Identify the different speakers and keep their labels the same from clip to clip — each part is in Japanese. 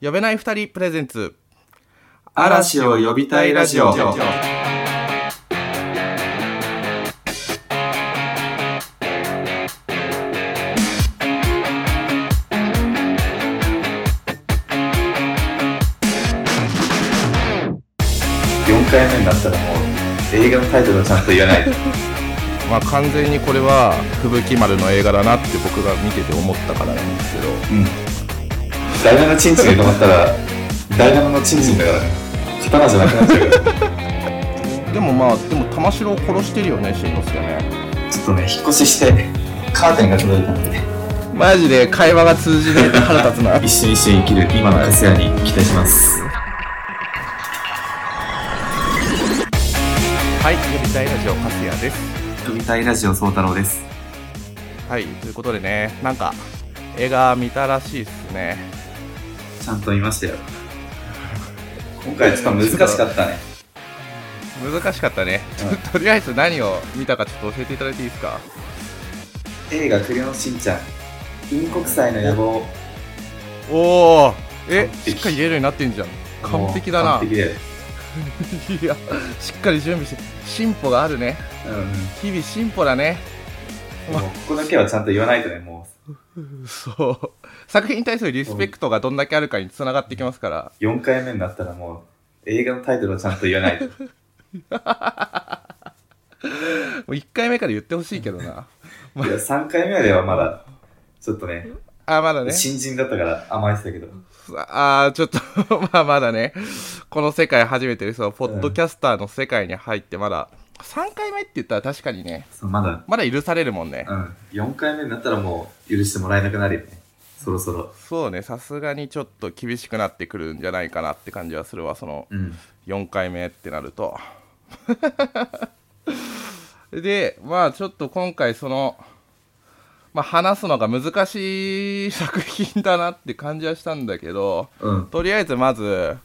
Speaker 1: 呼べない二人プレゼンツ
Speaker 2: 嵐を呼びたいラジオ4回目になったらもう映画のタイトルをちゃんと言わないと
Speaker 1: まあ完全にこれは吹雪丸の映画だなって僕が見てて思ったからなんですけど
Speaker 2: うんダイナのチンチンが止まったらダイナのチンチンだからね刀じゃなくなっちゃうから
Speaker 1: でもまあでも玉城を殺してるよねしんのすけね
Speaker 2: ちょっとね引っ越ししてカーテンが届いたん でね
Speaker 1: マジで会話が通じねえって腹立つな
Speaker 2: 一瞬一瞬生きる今の活躍に期待します
Speaker 1: はい呼びたいラジオ粕谷です
Speaker 2: 呼びたいラジオ宗太郎です
Speaker 1: はいということでねなんか映画見たらしいっすね
Speaker 2: ちゃんと見ましたよ今回ちょっと難しかったね
Speaker 1: 難しかったね、
Speaker 2: うん
Speaker 1: とりあえず何を見たかちょっと教えていただいていいですか
Speaker 2: 映画「クレヨンしんちゃん」「イン国際の野望
Speaker 1: おおえ
Speaker 2: 完璧
Speaker 1: しっかり言えるようになってんじゃん」完璧だな
Speaker 2: 完璧だよ、
Speaker 1: いやしっかり準備して進歩があるね
Speaker 2: うん
Speaker 1: 日々進歩だね
Speaker 2: もうここだけはちゃんと言わないとねも
Speaker 1: そう作品に対するリスペクトがどんだけあるかにつながってきますから
Speaker 2: う4回目になったらもう映画のタイトルをちゃんと言わ ないと
Speaker 1: もう1回目から言ってほしいけどな
Speaker 2: いや3回目ではまだちょっとね
Speaker 1: あまだね
Speaker 2: 新人だったから甘えてたけど
Speaker 1: あーちょっと まあまだねこの世界初めてでそうポッドキャスターの世界に入ってまだ3回目って言ったら確かにね
Speaker 2: そうまだ、
Speaker 1: まだ許されるもんね
Speaker 2: うん、4回目になったらもう許してもらえなくなるよねそろそろ
Speaker 1: そうねさすがにちょっと厳しくなってくるんじゃないかなって感じはするわその
Speaker 2: うん
Speaker 1: 4回目ってなると でまあちょっと今回その、まあ、話すのが難しい作品だなって感じはしたんだけど
Speaker 2: うん
Speaker 1: とりあえずまず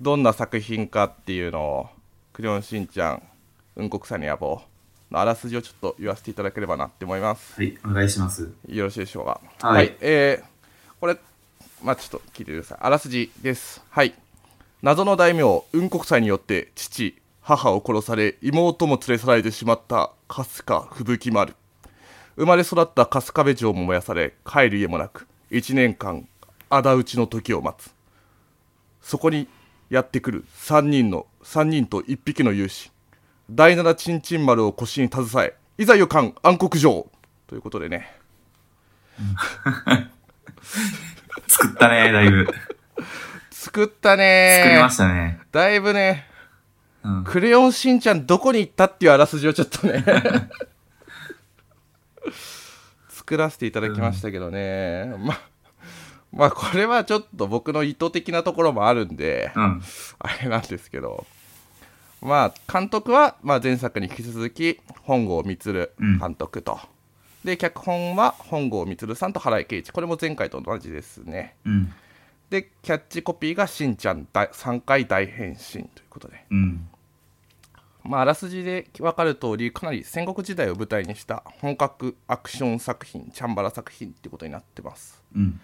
Speaker 1: どんな作品かっていうのを「クレヨンしんちゃんうんこくさに野望」のあらすじをちょっと言わせていただければなって思います
Speaker 2: はいお願いします
Speaker 1: よろしいでしょうか
Speaker 2: はい
Speaker 1: えーこれまあちょっと聞いてくださいあらすじですはい謎の大名雲国際によって父母を殺され妹も連れ去られてしまった春日吹雪丸生まれ育った春日部城も燃やされ帰る家もなく1年間仇討ちの時を待つそこにやってくる3人の3人と1匹の勇士第七チンチン丸を腰に携えいざ予感暗黒城ということでね
Speaker 2: 作ったねだいぶ作
Speaker 1: 作ったね
Speaker 2: りましたね、
Speaker 1: だいぶね
Speaker 2: う
Speaker 1: 「
Speaker 2: ん
Speaker 1: クレヨンしんちゃんどこに行った?」っていうあらすじをちょっと ね作らせていただきましたけどね、ままあこれはちょっと僕の意図的なところもあるんで、
Speaker 2: うん
Speaker 1: あれなんですけどまあ監督は、まあ、前作に引き続き本郷満
Speaker 2: うん
Speaker 1: 監督と、で脚本は本郷満さんと原井圭一これも前回と同じですね
Speaker 2: うん
Speaker 1: でキャッチコピーが「しんちゃん大3回大変身」ということで
Speaker 2: うん
Speaker 1: まあ、あらすじで分かる通りかなり戦国時代を舞台にした本格アクション作品チャンバラ作品ってことになってます
Speaker 2: うん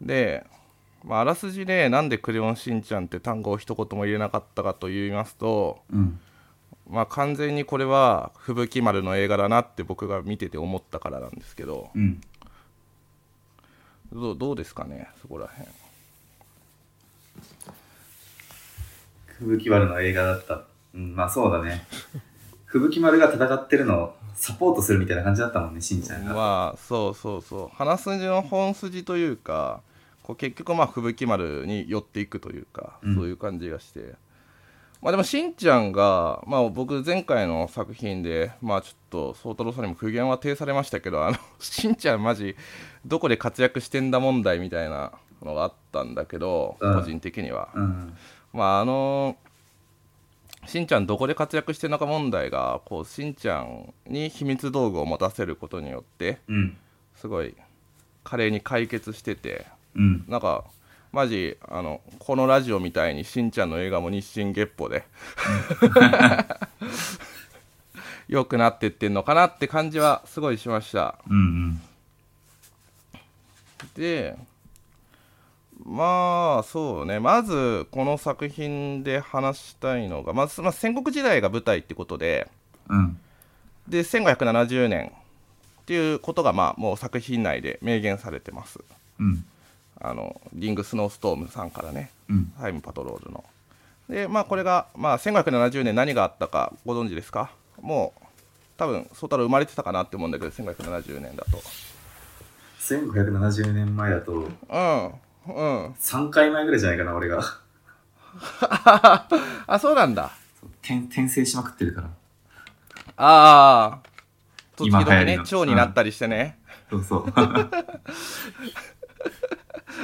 Speaker 1: で、まあ、あらすじでなんで「クレヨンしんちゃん」って単語を一言も入れなかったかと言いますと、
Speaker 2: うん
Speaker 1: まあ、完全にこれは吹雪丸の映画だなって僕が見てて思ったからなんですけど
Speaker 2: うん
Speaker 1: どうどうですかねそこら辺
Speaker 2: 吹雪丸の映画だったうんまあそうだね 吹雪丸が戦ってるのをサポートするみたいな感じだったもんねしんちゃんが、
Speaker 1: まあそうそうそう話筋の本筋というかこう結局まあ吹雪丸に寄っていくというか、
Speaker 2: うん
Speaker 1: そういう感じがしてまあでもしんちゃんが、まあ、僕前回の作品でまあちょっと宗太郎さんにも苦言は呈されましたけどあの しんちゃんマジどこで活躍してんだ問題みたいなのがあったんだけど、
Speaker 2: うん
Speaker 1: 個人的には、
Speaker 2: うん
Speaker 1: まああのしんちゃんどこで活躍してんのか問題がこうしんちゃんに秘密道具を持たせることによって
Speaker 2: うん
Speaker 1: すごい華麗に解決してて
Speaker 2: うん
Speaker 1: なんかマジあのこのラジオみたいにしんちゃんの映画も日進月歩で良くなってってんのかなって感じはすごいしました
Speaker 2: うん
Speaker 1: でまあそうねまずこの作品で話したいのが、まあ、その戦国時代が舞台ってことで
Speaker 2: うん。
Speaker 1: で1570年っていうことがまあもう作品内で明言されてます
Speaker 2: うん。
Speaker 1: あのリング・スノーストームさんからね
Speaker 2: うん。
Speaker 1: タイムパトロールのでまあこれが、まあ、1570年何があったかご存知ですかもう多分ソータロ生まれてたかなって思うんだけど1570年だと
Speaker 2: 1570年前だと、
Speaker 1: うんうん
Speaker 2: 3回前ぐらいじゃないかな、俺が。
Speaker 1: あそうなんだ
Speaker 2: 転転生しまくってるから。
Speaker 1: ああ時
Speaker 2: 今流
Speaker 1: 々
Speaker 2: 行り
Speaker 1: ね
Speaker 2: の
Speaker 1: 蝶になったりしてね、
Speaker 2: そう そう。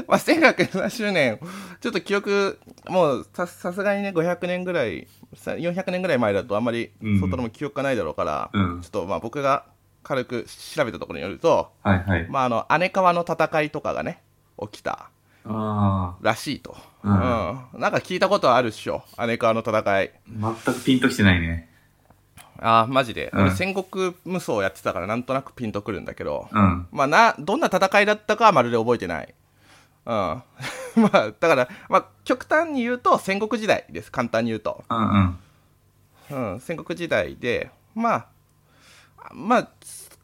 Speaker 1: まあ、1570年ちょっと記憶もうささすがにね500年ぐらいさ400年ぐらい前だとあんまり
Speaker 2: うん
Speaker 1: ソータロも記憶がないだろうから、
Speaker 2: うん
Speaker 1: ちょっとまあ僕が軽く調べたところによると、
Speaker 2: はいはい。
Speaker 1: まあ、あの姉川の戦いとかがね起きた
Speaker 2: あ
Speaker 1: らしいと、
Speaker 2: うん
Speaker 1: うんなんか聞いたことあるっしょ姉川の戦い
Speaker 2: あ、全くピンときてないね。
Speaker 1: ああマジで、
Speaker 2: うん
Speaker 1: 俺戦国無双やってたからなんとなくピンとくるんだけど、
Speaker 2: うん。
Speaker 1: まあなどんな戦いだったかはまるで覚えてない、うん まあだから、まあ、極端に言うと戦国時代です簡単に言うと、
Speaker 2: うんうん。
Speaker 1: うん、戦国時代でまあまあ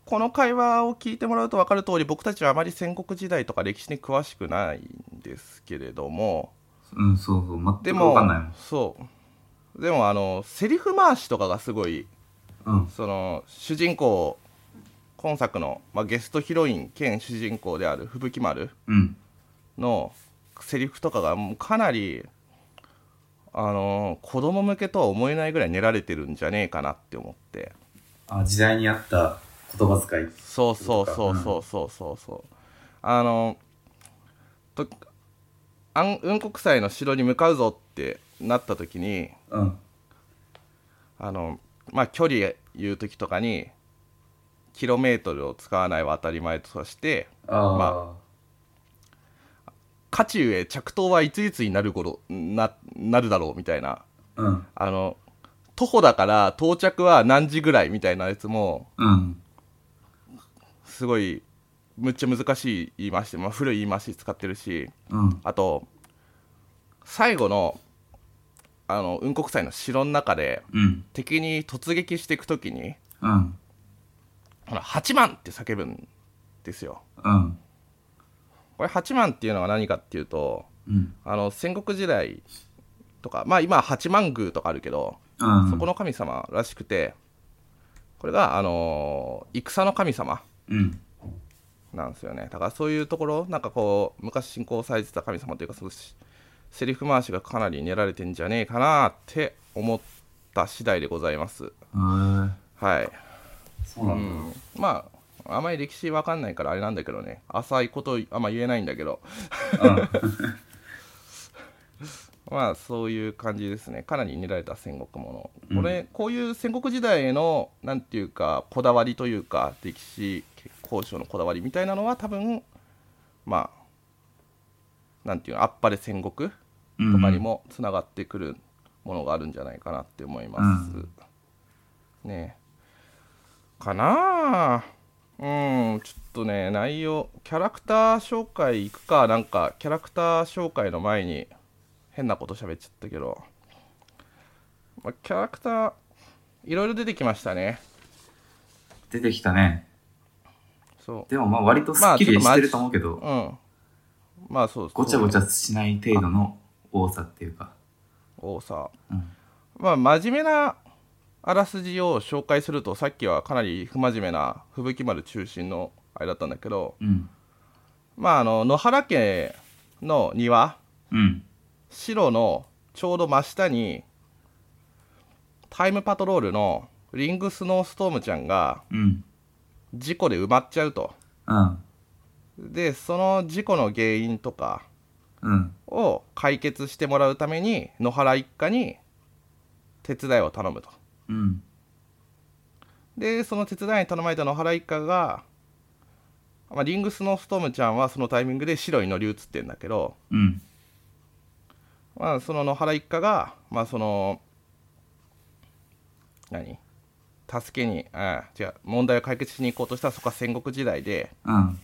Speaker 1: この会話を聞いてもらうと分かる通り僕たちはあまり戦国時代とか歴史に詳しくないんですけれども
Speaker 2: うん、そうそう。
Speaker 1: で
Speaker 2: 全く
Speaker 1: も
Speaker 2: わかんないもん。
Speaker 1: そうでもあのセリフ回しとかがすごい
Speaker 2: うん。
Speaker 1: その主人公今作の、まあ、ゲストヒロイン兼主人公である吹雪丸
Speaker 2: うん。
Speaker 1: のセリフとかがもうかなりあの子供向けとは思えないぐらい練られてるんじゃねえかなって思って
Speaker 2: あ、時代に合った言葉遣い。
Speaker 1: そうそうそうそうそうそうそう、あのとあん雲国祭の城に向かうぞってなった時に
Speaker 2: うん。
Speaker 1: あのまあ距離言う時とかにキロメートルを使わないは当たり前として
Speaker 2: ああ、
Speaker 1: ま渦中へ着到はいついつになる頃ななるだろうみたいな
Speaker 2: うん。
Speaker 1: あの徒歩だから到着は何時ぐらいみたいなやつも
Speaker 2: うん。
Speaker 1: すごいむっちゃ難しい言い回し、まあ、古い言い回し使ってるし
Speaker 2: うん。
Speaker 1: あと最後のあの雲国祭の城の中で
Speaker 2: うん。
Speaker 1: 敵に突撃していく時に
Speaker 2: うん。
Speaker 1: ほら8万って叫ぶんですよ
Speaker 2: うん。
Speaker 1: これ8万っていうのは何かっていうと
Speaker 2: うん。
Speaker 1: あの戦国時代とかまあ今八幡宮とかあるけど、
Speaker 2: うん。
Speaker 1: そこの神様らしくてこれがあのー戦の神様
Speaker 2: うん。
Speaker 1: なんですよねだからそういうところなんかこう昔信仰されてた神様というかそのしセリフ回しがかなり練られてんじゃねえかなって思った次第でございます
Speaker 2: へ
Speaker 1: はい、
Speaker 2: え。そう
Speaker 1: う
Speaker 2: なんだ。
Speaker 1: ん、まああまり歴史わかんないからあれなんだけどね浅いことあんま言えないんだけど まあそういう感じですねかなり練られた戦国ものこれ、こういう戦国時代へのなんていうかこだわりというか歴史交渉のこだわりみたいなのは多分まあなんていうのあっぱれ戦国
Speaker 2: うん
Speaker 1: とかに。もつながってくるものがあるんじゃないかなって思います、
Speaker 2: うん
Speaker 1: ねえかなあうんちょっとね内容キャラクター紹介いくかなんかキャラクター紹介の前に変なこと喋っちゃったけど、まあ、キャラクターいろいろ出てきましたね
Speaker 2: 出てきたね。
Speaker 1: そ
Speaker 2: でもまあ割とスッキリしてると思うけ
Speaker 1: う
Speaker 2: ど、
Speaker 1: うんまあそう
Speaker 2: ごちゃごち
Speaker 1: ゃ
Speaker 2: ゃしない程度の多さっていうか。
Speaker 1: 多さ
Speaker 2: うん。
Speaker 1: まあ真面目なあらすじを紹介するとさっきはかなり不真面目な吹雪丸中心のあれだったんだけど
Speaker 2: うん。
Speaker 1: まああの野原家の庭
Speaker 2: うん。
Speaker 1: 白のちょうど真下にタイムパトロールのリングスノーストームちゃんが
Speaker 2: うん。
Speaker 1: 事故で埋まっちゃうと
Speaker 2: うん。
Speaker 1: でその事故の原因とか
Speaker 2: うん。
Speaker 1: を解決してもらうために野原一家に手伝いを頼むと
Speaker 2: うん。
Speaker 1: でその手伝いに頼まれた野原一家が、まあ、リングスノーストームちゃんはそのタイミングで白に乗り移ってんだけど、
Speaker 2: うん。
Speaker 1: まあ、その野原一家が、まあ、その何助けにあ違う問題を解決しに行こうとしたらそこは戦国時代で、
Speaker 2: うん。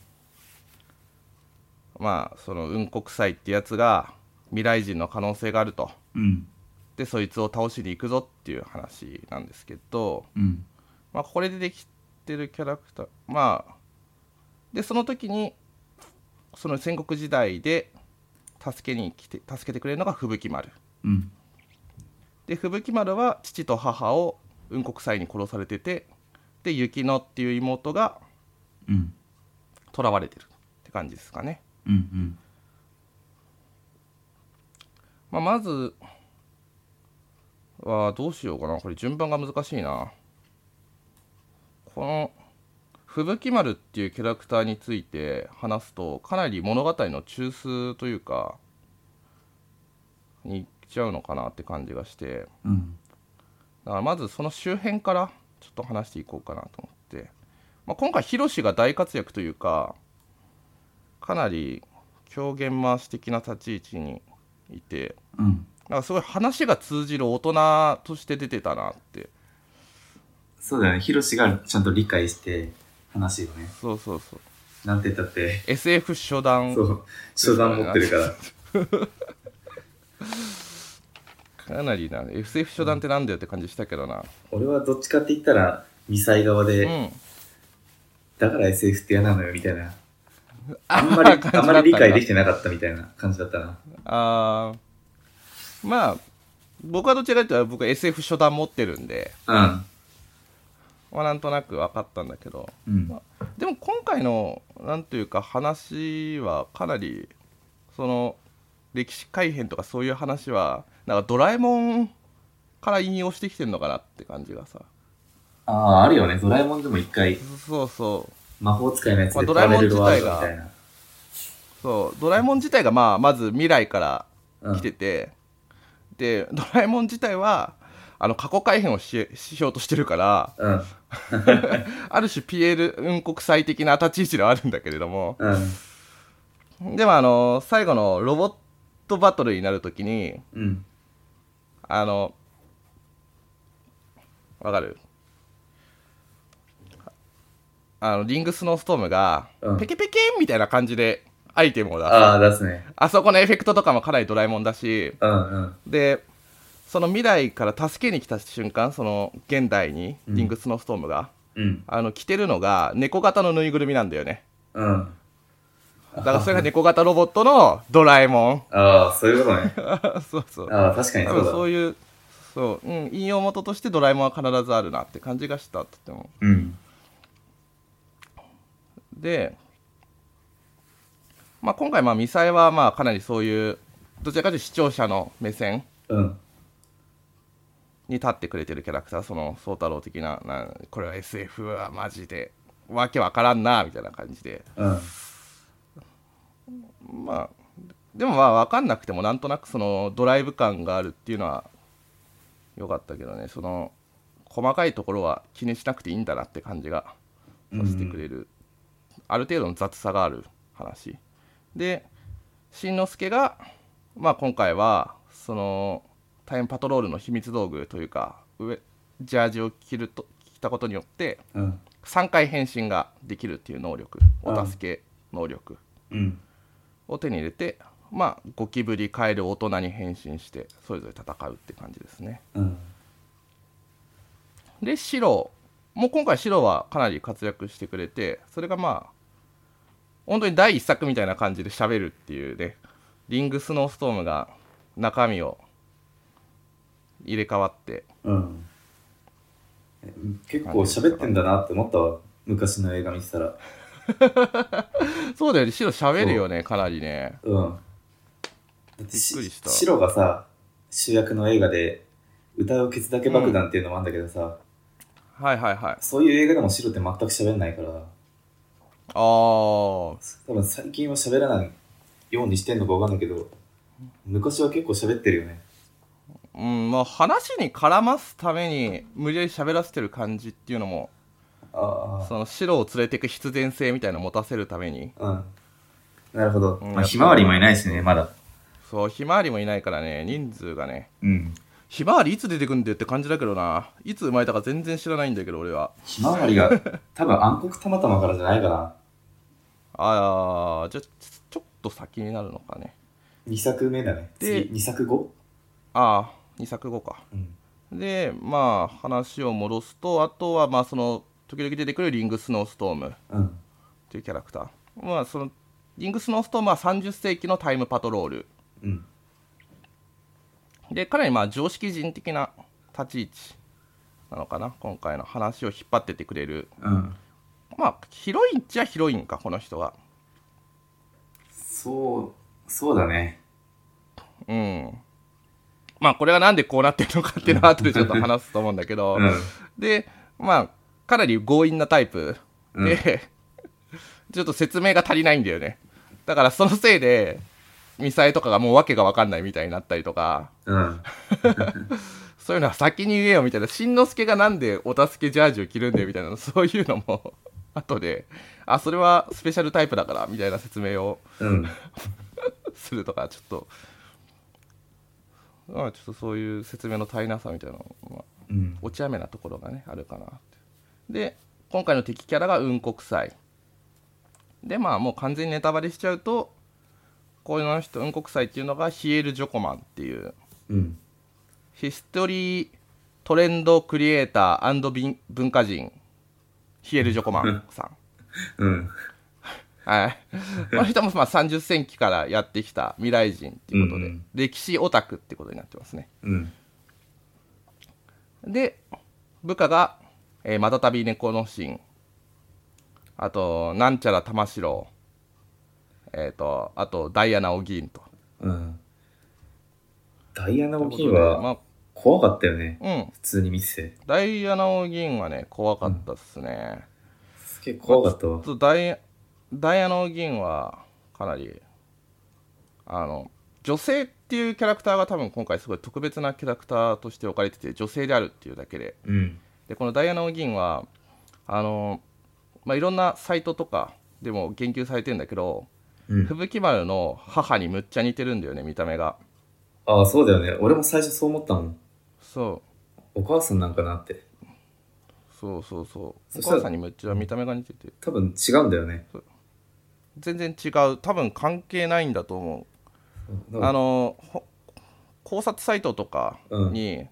Speaker 1: まあその雲国祭ってやつが未来人の可能性があると
Speaker 2: うん。
Speaker 1: でそいつを倒しに行くぞっていう話なんですけど、
Speaker 2: うん。
Speaker 1: まあ、これでできてるキャラクターまあでその時にその戦国時代で助けに来て助けてくれるのが吹雪丸
Speaker 2: うん。
Speaker 1: で吹雪丸は父と母を雲国祭に殺されててで雪乃っていう妹が
Speaker 2: うん。
Speaker 1: 囚われてるって感じですかね、
Speaker 2: うん。うん。
Speaker 1: まあ、まずはどうしようかなこれ順番が難しいなこの吹雪丸っていうキャラクターについて話すとかなり物語の中枢というかに行っちゃうのかなって感じがして
Speaker 2: うん。
Speaker 1: だからまずその周辺からちょっと話していこうかなと思って、まあ、今回ヒロシが大活躍というかかなり狂言回し的な立ち位置にいて
Speaker 2: うん。
Speaker 1: なんかすごい話が通じる大人として出てたなって
Speaker 2: そうだよね。ヒロシがちゃんと理解して話をね。
Speaker 1: そうそうそう
Speaker 2: なんて言ったって、
Speaker 1: SF 初段
Speaker 2: そう、初段持ってるから。
Speaker 1: かなりな SF 初段ってなんだよって感じしたけどな
Speaker 2: 俺はどっちかって言ったら、未才側
Speaker 1: う
Speaker 2: で、
Speaker 1: ん
Speaker 2: だから SF って嫌なのよ、みた いな。あんまり、あんまり理解できてなかったみたいな感じだったな。
Speaker 1: あーまあ僕はどちらかというと僕は SF 初段持ってるんで、まあ、なんとなく分かったんだけど
Speaker 2: うん。うん。
Speaker 1: でも今回のなんというか話はかなりその歴史改変とかそういう話はなんかドラえもんから引用してきてるのかなって感じがさ
Speaker 2: ああ、あるよね。ドラえもんでも一回、
Speaker 1: そうそう
Speaker 2: 魔法使いのやつ
Speaker 1: まあ
Speaker 2: で
Speaker 1: ド
Speaker 2: ト
Speaker 1: ラえ
Speaker 2: ラ
Speaker 1: もん
Speaker 2: ベルワールドみ
Speaker 1: 自体が
Speaker 2: たいな。
Speaker 1: そうドラえもん自体がまあまず未来から
Speaker 2: うん
Speaker 1: 来てて、でドラえもん自体はあの過去改変をししようとしてるから
Speaker 2: うん。
Speaker 1: ある種ピエール運国際的な立ち位置ではあるんだけれども
Speaker 2: うん。
Speaker 1: でもあの最後のロボットバトルになるときに
Speaker 2: うん。
Speaker 1: あの、わかるあの、リングスノーストームが、
Speaker 2: うん
Speaker 1: ペケペケンみたいな感じでアイテムを出す。
Speaker 2: ああ、出すね。
Speaker 1: あそこのエフェクトとかもかなりドラえもんだし、
Speaker 2: うんうん。
Speaker 1: で、その未来から助けに来た瞬間、その現代に
Speaker 2: うん
Speaker 1: リングスノーストームが、
Speaker 2: うん。
Speaker 1: あの、着てるのが猫型のぬいぐるみなんだよね。
Speaker 2: うん。。
Speaker 1: だからそれが猫型ロボットのドラえもん
Speaker 2: ああ、そういうことね。
Speaker 1: そうそう。
Speaker 2: ああ、確かに
Speaker 1: 多
Speaker 2: そう
Speaker 1: 分
Speaker 2: だ。
Speaker 1: そういうそう、うん、引用元としてドラえもんは必ずあるなって感じがしたとても
Speaker 2: うん。
Speaker 1: で、まあ、今回まあミサイはまあかなりそういうどちらかというと視聴者の目線
Speaker 2: うん。
Speaker 1: に立ってくれてるキャラクターその宗太郎的ななこれは SF はマジでわけわからんなみたいな感じで
Speaker 2: うん。
Speaker 1: まあでもまあ分かんなくてもなんとなくそのドライブ感があるっていうのは良かったけどねその細かいところは気にしなくていいんだなって感じがさせてくれる、ある程度の雑さがある話でしんのすけが、まあ、今回はそのタイムパトロールの秘密道具というか上ジャージを着ると着たことによって
Speaker 2: うん。
Speaker 1: 3回変身ができるっていう能力お助け能力、
Speaker 2: うん。
Speaker 1: を手に入れてまあゴキブリカエル大人に変身してそれぞれ戦うって感じですね
Speaker 2: うん。
Speaker 1: で白もう今回白はかなり活躍してくれてそれがまあ本当に第一作みたいな感じで喋るっていうねリングスノーストームが中身を入れ替わって
Speaker 2: うん。結構喋ってんだなって思ったわ。昔の映画見てたら。
Speaker 1: そうだよね白喋るよねかなりね
Speaker 2: うん。び
Speaker 1: びっ
Speaker 2: っ
Speaker 1: くりした
Speaker 2: 白がさ、主役の映画で、歌うケツだけ爆弾っていうのもあるんだけどさ、
Speaker 1: はいはいはい
Speaker 2: そういう映画でも白って全く喋んないから、
Speaker 1: あー
Speaker 2: 多分最近は喋らないようにしてんのかわかんないけど、昔は結構喋ってるよね。
Speaker 1: うんまあ話に絡ますために無理やり喋らせてる感じっていうのも
Speaker 2: あ
Speaker 1: その白を連れてく必然性みたいなのを持たせるために
Speaker 2: あ、うん。なるほど。
Speaker 1: うん
Speaker 2: まあ、ひまわりもいないしね、まだ。
Speaker 1: そうひまわりもいないからね人数がね
Speaker 2: うん。
Speaker 1: ひまわりいつ出てくんだよって感じだけどないつ生まれたか全然知らないんだけど俺は
Speaker 2: ひまわりが、多分暗黒たまたまからじゃないかな。
Speaker 1: ああじゃあちょと先になるのかね
Speaker 2: 2作目だね。
Speaker 1: で
Speaker 2: 次、2作後
Speaker 1: ああ2作後か
Speaker 2: うん。
Speaker 1: でまあ話を戻すとあとはまあその時々出てくるリング・スノーストームっ
Speaker 2: うん。
Speaker 1: ていうキャラクターまあそのリング・スノーストームは30世紀のタイムパトロール
Speaker 2: うん。
Speaker 1: でかなりまあ常識人的な立ち位置なのかな今回の話を引っ張ってってくれる
Speaker 2: うん。
Speaker 1: まあヒロインっちゃヒロインかこの人は
Speaker 2: そう、そうだね。
Speaker 1: うんまあこれがなんでこうなってるのかっていうのは後でちょっと話すと思うんだけど、
Speaker 2: うん。
Speaker 1: でまあかなり強引なタイプ
Speaker 2: うん
Speaker 1: で、 ちょっと説明が足りないんだよねだからそのせいでミサイとかがもう訳が分かんないみたいになったりとか
Speaker 2: うん。
Speaker 1: そういうのは先に言えよみたいなしんのすけがなんでお助けジャージを着るんだよみたいなそういうのも後であそれはスペシャルタイプだからみたいな説明を
Speaker 2: うん。
Speaker 1: するとかちょっとまあちょっとそういう説明の足りなさみたいなのが
Speaker 2: うん。
Speaker 1: お茶目なところがねあるかなってで今回の敵キャラが雲国祭でまあもう完全にネタバレしちゃうとこの人雲国祭っていうのがヒエル・ジョコマンっていう
Speaker 2: うん。
Speaker 1: ヒストリートレンドクリエイタービン文化人ヒエル・ジョコマンさん
Speaker 2: うん。
Speaker 1: はい、この人もまあ30世紀からやってきた未来人っていうことで、
Speaker 2: うんうん
Speaker 1: 歴史オタクってことになってますね
Speaker 2: うん。
Speaker 1: で部下が、えーまたたび猫の神あとなんちゃら玉城えっ、とあとダイアナ・オギーンと
Speaker 2: うん。ダイアナ・オキン
Speaker 1: ま
Speaker 2: は
Speaker 1: あ
Speaker 2: 怖かったよね。
Speaker 1: うん
Speaker 2: 普通に見てて。
Speaker 1: ダイアナ・オギーンはね怖かったっすね、
Speaker 2: すげえ怖かったわ
Speaker 1: ち。ょっとダイダイアナ・オギーンはかなりあの女性っていうキャラクターが多分今回すごい特別なキャラクターとして置かれてて女性であるっていうだけで
Speaker 2: うん。
Speaker 1: でこのダイアナ・オギーンはあの、まあ、いろんなサイトとかでも言及されてるんだけど
Speaker 2: うん。
Speaker 1: 吹雪丸の母にむっちゃ似てるんだよね見た目が
Speaker 2: ああ、そうだよね。俺も最初そう思ったもん。
Speaker 1: そ
Speaker 2: お母さんなんかなって。
Speaker 1: うそうそうそう
Speaker 2: そ
Speaker 1: お
Speaker 2: したら
Speaker 1: 母さんにむっちゃ見た目が似てて
Speaker 2: 多分違うんだよね。
Speaker 1: 全然違う多分関係ないんだと思う
Speaker 2: うん
Speaker 1: あのほ考察サイトとかに、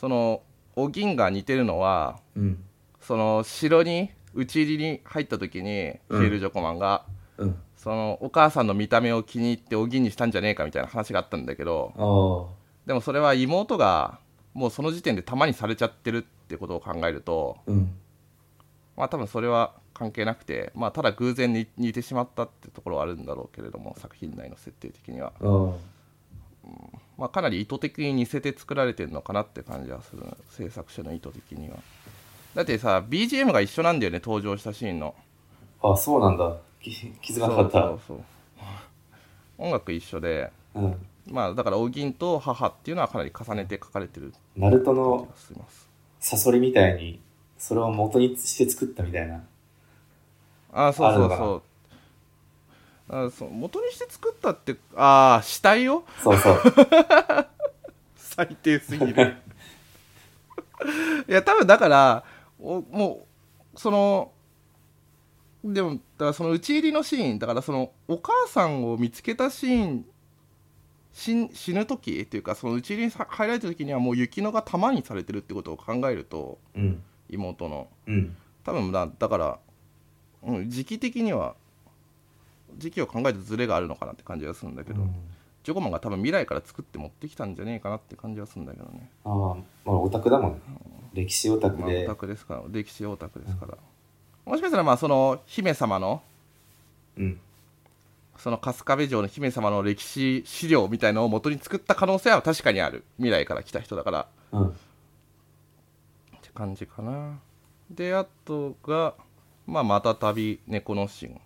Speaker 1: そのお銀が似てるのは
Speaker 2: うん。
Speaker 1: その城に討ち入りに入った時にヒ
Speaker 2: うん
Speaker 1: エル・ジョコマンが、
Speaker 2: うん。
Speaker 1: そのお母さんの見た目を気に入ってお銀にしたんじゃねえかみたいな話があったんだけど
Speaker 2: ああ。
Speaker 1: でもそれは妹がもうその時点で玉にされちゃってるってことを考えると
Speaker 2: うん。
Speaker 1: まあ多分それは関係なくて、まあ、ただ偶然に似てしまったってところはあるんだろうけれども作品内の設定的には。
Speaker 2: ああ。
Speaker 1: まあ、かなり意図的に似せて作られてるのかなって感じはする制作者の意図的にはだってさ BGM が一緒なんだよね登場したシーンの
Speaker 2: ああ、そうなんだ。気気づかなかっ
Speaker 1: そう
Speaker 2: た。
Speaker 1: そうそう音楽一緒で
Speaker 2: うん。
Speaker 1: まあだからお銀と母っていうのはかなり重ねて書かれてる
Speaker 2: ナルト
Speaker 1: 気
Speaker 2: の
Speaker 1: がします
Speaker 2: サソリみたいに、それを元にして作ったみたいな。
Speaker 1: ああそうそ
Speaker 2: あるの
Speaker 1: う
Speaker 2: かな
Speaker 1: そうあそう元にして作ったってああ死体を
Speaker 2: そうそう。
Speaker 1: 最低すぎるいや多分だからおもうそのでもだからその討ち入りのシーンだからそのお母さんを見つけたシーン死ん死ぬ時っていうかその討ち入りにさ入られた時にはもう雪乃が玉にされてるってことを考えると
Speaker 2: うん。
Speaker 1: 妹の
Speaker 2: うん。
Speaker 1: 多分だだから、うん、時期的には時期を考えるとズレがあるのかなって感じがするんだけど、ジョコマンが多分未来から作って持ってきたんじゃねえかなって感じがするんだけどね。
Speaker 2: ああ、まあオタクだもんね。歴史オタク
Speaker 1: まあ、オ
Speaker 2: で
Speaker 1: タ。クですから歴史オタクですから、もしかしたらまあその姫様の
Speaker 2: うん。
Speaker 1: その春日部城の姫様の歴史資料みたいのを元に作った可能性は確かにある未来から来た人だから
Speaker 2: うん。
Speaker 1: って感じかなであとが、まあ、またたび猫の神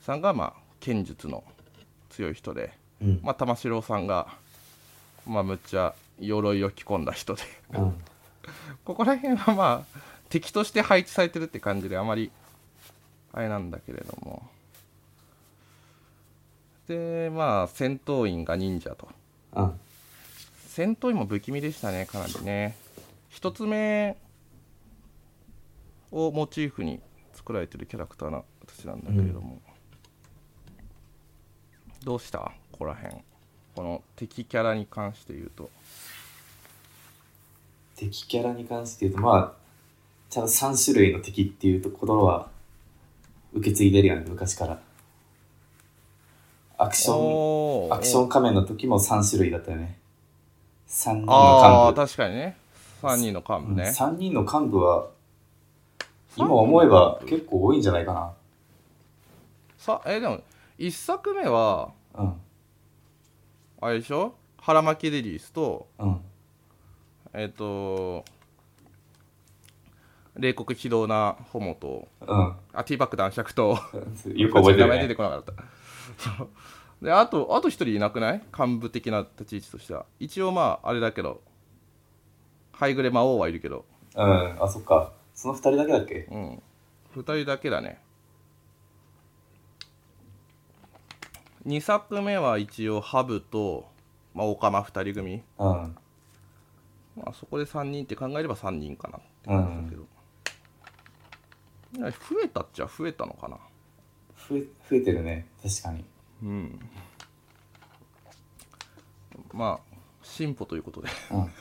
Speaker 1: さんがまあ剣術の強い人で、
Speaker 2: うん。
Speaker 1: まあ、玉城さんがまあむっちゃ鎧を着込んだ人で
Speaker 2: うん。
Speaker 1: ここら辺はまあ敵として配置されてるって感じであまりあれなんだけれどもでまあ戦闘員が忍者と
Speaker 2: うん。
Speaker 1: 戦闘員も不気味でしたねかなりね一つ目をモチーフに作られてるキャラクターな私なんだけれども、どうしたここら辺この敵キャラに関して言うと
Speaker 2: 敵キャラに関して言うと、まあ、ちゃんと3種類の敵っていうところは、受け継いでるよね、昔から。アクショ
Speaker 1: お
Speaker 2: ン、
Speaker 1: ー
Speaker 2: アクション仮面の時も3種類だったよね。3人
Speaker 1: あ
Speaker 2: の
Speaker 1: ー
Speaker 2: 幹
Speaker 1: 確かにね3人の幹
Speaker 2: 部。
Speaker 1: 部ね、
Speaker 2: 3人の幹部は、今思えば結構多いんじゃないか
Speaker 1: さえでも1作目は
Speaker 2: な。うん。
Speaker 1: あれでしょ腹巻きリリースと
Speaker 2: うん。
Speaker 1: えっ、と冷酷非道なホモと
Speaker 2: うん。
Speaker 1: あティーバック男爵と
Speaker 2: よく覚えて
Speaker 1: 名前出て
Speaker 2: るね。
Speaker 1: こなかったそうであとあと一人いなくない幹部的な立ち位置としては一応まああれだけどハイグレ魔王はいるけど
Speaker 2: うん。あ、そっか。その2人だけだっけ
Speaker 1: うん2人だけだね2作目は一応ハブと、まあ、オカマ2人組、
Speaker 2: うん。
Speaker 1: まあ、そこで3人って考えれば3人かなって感じだけど、いや増えたっちゃ増えたのかな
Speaker 2: 増え増えてるね。確かに。
Speaker 1: うんまあ進歩ということで
Speaker 2: うん。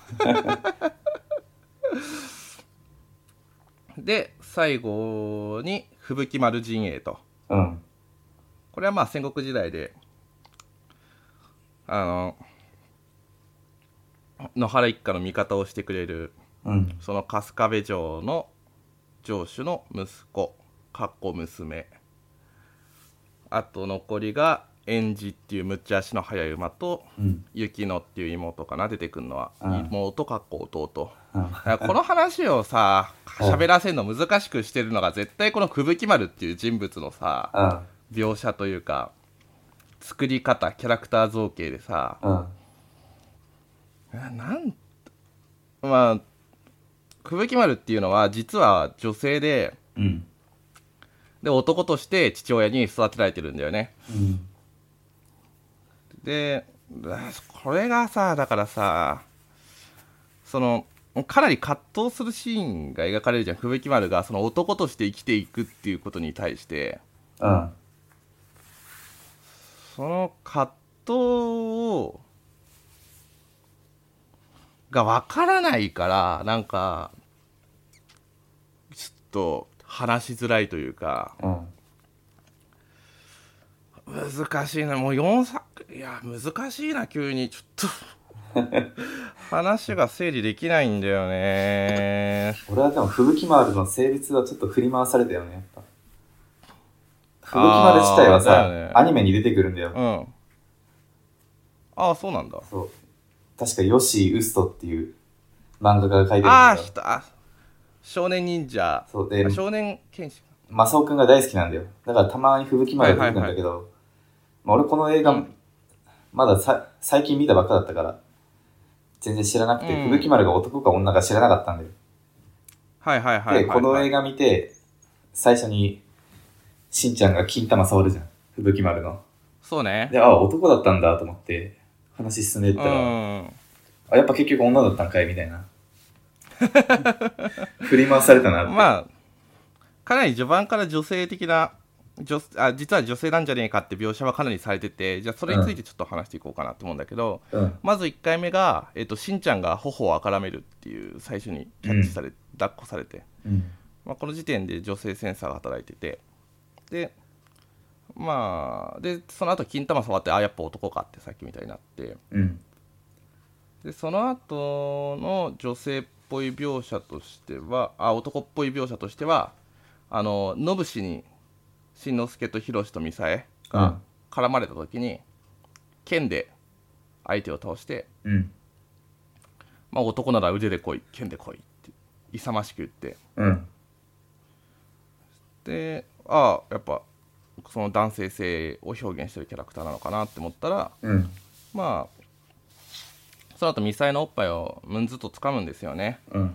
Speaker 1: で最後に吹雪丸陣営と
Speaker 2: うん。
Speaker 1: これはまあ戦国時代であの野原一家の味方をしてくれる
Speaker 2: うん。
Speaker 1: その春日部城の城主の息子かっこ娘あと残りが円治っていうむっちゃ足の速い馬と
Speaker 2: うん。
Speaker 1: 雪乃っていう妹かな出てくるのは、
Speaker 2: うん
Speaker 1: 妹かっこ弟
Speaker 2: うん。
Speaker 1: だからこの話をさ
Speaker 2: うん
Speaker 1: 喋らせるの難しくしてるのが絶対この吹雪丸っていう人物の さ
Speaker 2: うん。
Speaker 1: 描写というか作り方キャラクター造形でさ
Speaker 2: うん。
Speaker 1: ななんまあ吹雪丸っていうのは実は女性で
Speaker 2: うん。
Speaker 1: で男として父親に育てられてるんだよね
Speaker 2: うん。
Speaker 1: でこれがさだからさそのかなり葛藤するシーンが描かれるじゃん吹雪丸がその男として生きていくっていうことに対して
Speaker 2: うん。
Speaker 1: その葛藤をが分からないからなんかちょっと話しづらいというか
Speaker 2: うん。
Speaker 1: 難しいなもう4作いや難しいな急にちょっと話が整理できないんだよね
Speaker 2: 俺はでも、吹雪丸の性別はちょっと振り回されたよね、やっぱ。吹雪
Speaker 1: あ
Speaker 2: 丸
Speaker 1: ー
Speaker 2: 自体はさ、
Speaker 1: だよね
Speaker 2: アニメに出てくるんだよ。
Speaker 1: うんああそうなんだ
Speaker 2: そう。確か、ヨシウストっていう漫画家が描いてるん
Speaker 1: ああ
Speaker 2: だ
Speaker 1: ひたあ少年忍者
Speaker 2: そうで
Speaker 1: あ、少年剣士
Speaker 2: マサオくんが大好きなんだよ。だからたまに吹雪丸が出てくるんだけど、まあ、俺この映画、
Speaker 1: うん
Speaker 2: まださ最近見たばっかだったから、全然知らなくて、
Speaker 1: うん
Speaker 2: 吹雪丸が男か女か知らなかったんだよ。
Speaker 1: はいはいはいはい、
Speaker 2: で、
Speaker 1: はい、
Speaker 2: この映画見て、最初に、しんちゃんが金玉触るじゃん。吹雪丸の。
Speaker 1: そうね
Speaker 2: で、ああ、男だったんだと思って、話進んでっ
Speaker 1: う
Speaker 2: たら、
Speaker 1: ん
Speaker 2: あ、やっぱ結局女だったんかいみたいな。 振り回されたなって。
Speaker 1: まあかなり序盤から女性的な女あ実は女性なんじゃねえかって描写はかなりされててじゃあそれについてちょっと話していこうかなと思うんだけど、
Speaker 2: うん。
Speaker 1: まず1回目が、えっとしんちゃんが頬をあからめるっていう最初にキャッチされ、抱っこされて、
Speaker 2: うん。
Speaker 1: まあ、この時点で女性センサーが働いててでまあでその後金玉触ってあやっぱ男かってさっきみたいになって
Speaker 2: うん。
Speaker 1: でその後の女性っぽい描写としてはあ男っぽい描写としてはあのノブシにしんのすけとひろしとみさえが絡まれた時に剣で相手を倒して
Speaker 2: うん。
Speaker 1: まあ、男なら腕で来い剣で来いって勇ましく言って
Speaker 2: うん。
Speaker 1: でああやっぱその男性性を表現してるキャラクターなのかなって思ったら
Speaker 2: うん。
Speaker 1: まあその後ミサイのおっぱいをムンズと掴むんですよね
Speaker 2: うん。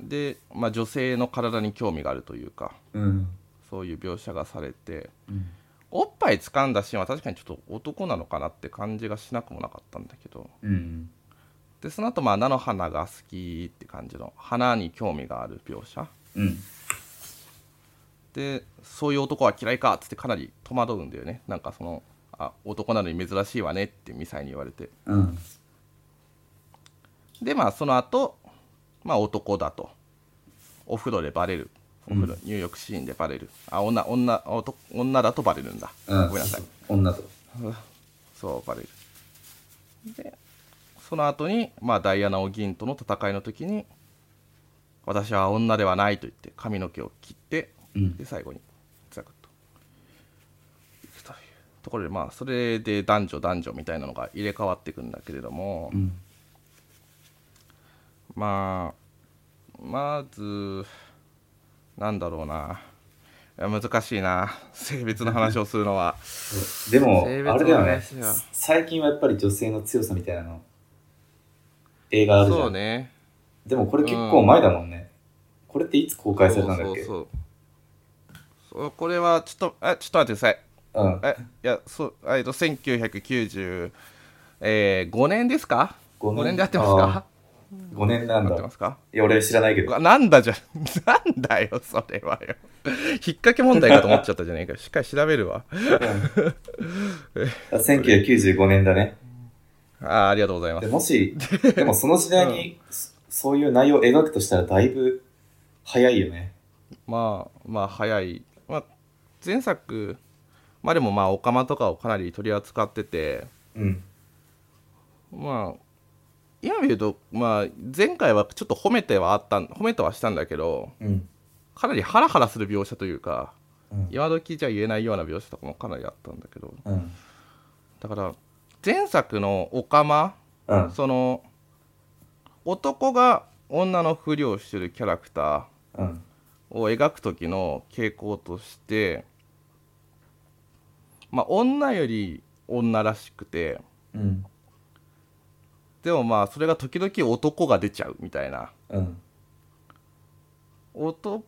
Speaker 1: で、まあ、女性の体に興味があるというか
Speaker 2: うん。
Speaker 1: そういう描写がされて
Speaker 2: うん
Speaker 1: おっぱい掴んだシーンは確かにちょっと男なのかなって感じがしなくもなかったんだけど
Speaker 2: うん。
Speaker 1: でその後まあ菜の花が好きって感じの花に興味がある描写
Speaker 2: うん。
Speaker 1: でそういう男は嫌いかっつってかなり戸惑うんだよねなんかそのあ男なのに珍しいわねってミサイに言われて
Speaker 2: うん。
Speaker 1: でまあその後、まあ男だとお風呂でバレるお風呂、入浴シーンでバレるあ女女あ男女だとバレるんだ、
Speaker 2: うん。
Speaker 1: ごめんなさい。
Speaker 2: 女と。
Speaker 1: そうバレるでその後にまあダイアナ・オギンとの戦いの時に「私は女ではない」と言って髪の毛を切って
Speaker 2: うん
Speaker 1: で。最後にザクッといくというところでまあそれで男女男女みたいなのが入れ替わっていくんだけれども、
Speaker 2: うん。
Speaker 1: まあまずなんだろうないや難しいな 性別の話をするのは
Speaker 2: でも、
Speaker 1: 性別
Speaker 2: あれだよ
Speaker 1: の
Speaker 2: ね
Speaker 1: 話は。
Speaker 2: 最近はやっぱり女性の強さみたいなの、映 画あるじゃん。
Speaker 1: そうね
Speaker 2: でもこれ結構前だもんね。これっていつ公開されたんだっけ
Speaker 1: そうそうそうこれはちょっとえちょっと待ってください
Speaker 2: うん。
Speaker 1: えいやそうえっと1995年ですか
Speaker 2: 五年
Speaker 1: 5年で合ってますか
Speaker 2: 5年なん
Speaker 1: 合って
Speaker 2: だ
Speaker 1: ま。すか
Speaker 2: いや、俺知らないけ
Speaker 1: う
Speaker 2: ど。
Speaker 1: わなんだじゃ なんだよそれはよ引っ掛け問題かと思っちゃったじゃないかしっかり調べるわ
Speaker 2: うん1995年だね。
Speaker 1: あーありがとうございま
Speaker 2: ですもし、でもその時代に、そそういう内容を描くとしたらだいぶ早いよね。
Speaker 1: まあまあ早い、まあ、前作まあでもまあオカマとかをかなり取り扱ってて
Speaker 2: うん。
Speaker 1: まあ今見ると、まあ、前回はちょっと褒めてはあったん褒めてはしたんだけど
Speaker 2: うん。
Speaker 1: かなりハラハラする描写というか
Speaker 2: うん。
Speaker 1: 今時じゃ言えないような描写とかもかなりあったんだけど
Speaker 2: うん。
Speaker 1: だから前作のオカマ
Speaker 2: うん。
Speaker 1: その男が女のふりをしてるキャラクタ
Speaker 2: うん。
Speaker 1: ーを描く時の傾向としてまあ女より女らしくて
Speaker 2: うん。
Speaker 1: でもまあそれが時々男が出ちゃうみたいな
Speaker 2: うん。
Speaker 1: 男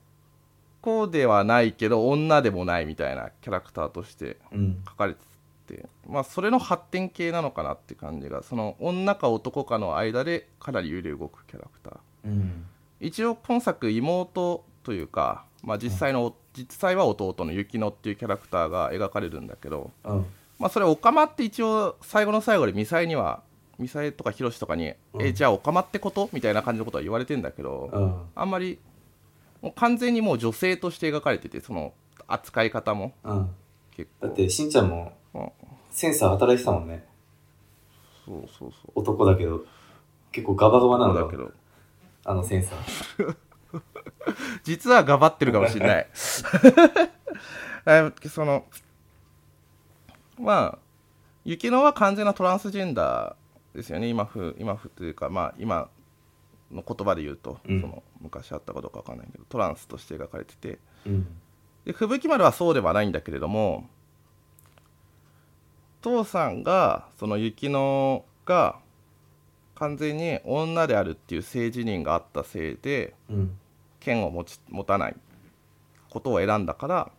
Speaker 1: ではないけど女でもないみたいなキャラクターとして
Speaker 2: うん。
Speaker 1: 書かれててまあそれの発展系なのかなって感じがその女か男かの間でかなり揺れ動くキャラクター
Speaker 2: うん。
Speaker 1: 一応今作妹というか、まあ、実際の、実際は弟の雪乃っていうキャラクターが描かれるんだけど、
Speaker 2: うん。
Speaker 1: まあ、それオカマって一応最後の最後でミサイにはミサイとかヒロシとかに「
Speaker 2: うん
Speaker 1: えじゃあオカマってこと?」みたいな感じのことは言われてんだけど、
Speaker 2: うん。
Speaker 1: あんまりもう完全にもう女性として描かれててその扱い方も
Speaker 2: うん。
Speaker 1: 結構
Speaker 2: だって、しんちゃんも
Speaker 1: うん
Speaker 2: センサー働いてたもんね。
Speaker 1: そうそうそう
Speaker 2: 男だけど。結構ガバガバなんだ
Speaker 1: だけど
Speaker 2: あのセンサー。
Speaker 1: 実はがばってるかもしれない あそのまあ雪乃は完全なトランスジェンダーですよね今風今風というかまあ今の言葉で言うと、
Speaker 2: うん
Speaker 1: その昔あったかどうかわかんないけどトランスとして描かれてて
Speaker 2: うん。
Speaker 1: で吹雪丸はそうではないんだけれども父さんがその雪乃が完全に女であるっていう性自認があったせいで
Speaker 2: うん。
Speaker 1: 剣を持ち持たないことを選んだから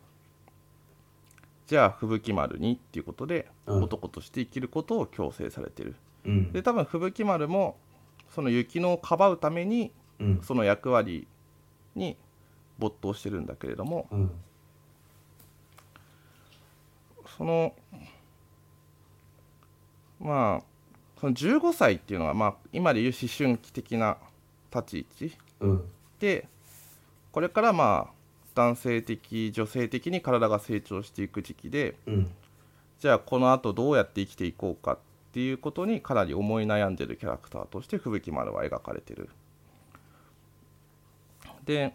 Speaker 1: じゃあ吹雪丸にっていうことで
Speaker 2: うん
Speaker 1: 男として生きることを強制されてる、
Speaker 2: うん
Speaker 1: で多分吹雪丸もその雪のをかばうために
Speaker 2: うん。
Speaker 1: その役割に没頭してるんだけれども
Speaker 2: うん。
Speaker 1: そのまあその15歳っていうのは、まあ、今でいう思春期的な立ち位置
Speaker 2: うん。
Speaker 1: でこれからまあ男性的女性的に体が成長していく時期で
Speaker 2: うん。
Speaker 1: じゃあこのあとどうやって生きていこうかっていうことにかなり思い悩んでるキャラクターとして吹雪丸は描かれてる。で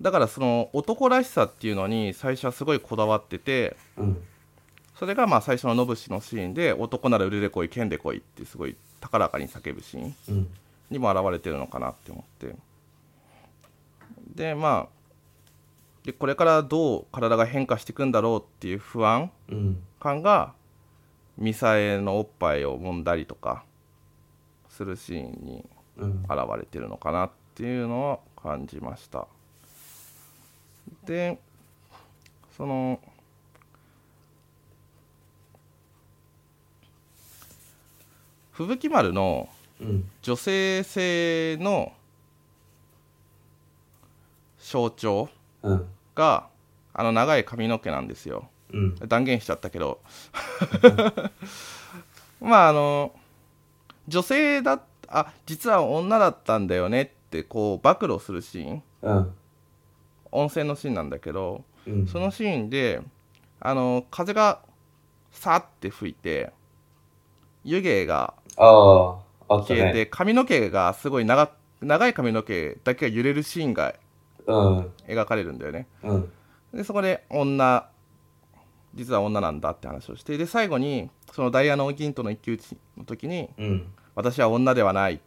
Speaker 1: だからその男らしさっていうのに最初はすごいこだわってて
Speaker 2: うん。
Speaker 1: それがまあ最初のノブシのシーンで「男なら腕で来い剣で来い」ってすごい高らかに叫ぶシーン。
Speaker 2: うん。
Speaker 1: にも現れてるのかなって思ってでまあでこれからどう体が変化していくんだろうっていう不安
Speaker 2: うん。
Speaker 1: 感がミサエのおっぱいを揉んだりとかするシーンに
Speaker 2: うん。
Speaker 1: 現れてるのかなっていうのを感じましたでその吹雪丸の
Speaker 2: うん。
Speaker 1: 女性性の象徴
Speaker 2: うん。
Speaker 1: があの長い髪の毛なんですよ
Speaker 2: うん。
Speaker 1: 断言しちゃったけど まああの女性だあ実は女だったんだよねってこう暴露するシーン
Speaker 2: うん。
Speaker 1: 温泉のシーンなんだけど
Speaker 2: うん。
Speaker 1: そのシーンであの風がさって吹いて湯気が
Speaker 2: ああ、あった
Speaker 1: 消え
Speaker 2: ね。
Speaker 1: て髪の毛がすごい長長い髪の毛だけが揺れるシーンが
Speaker 2: うん。
Speaker 1: 描かれるんだよね
Speaker 2: うん。
Speaker 1: でそこで女実は女なんだって話をしてで最後にそのダイアナ・オギンとの一騎打ちの時に
Speaker 2: うん。
Speaker 1: 私は女ではないっ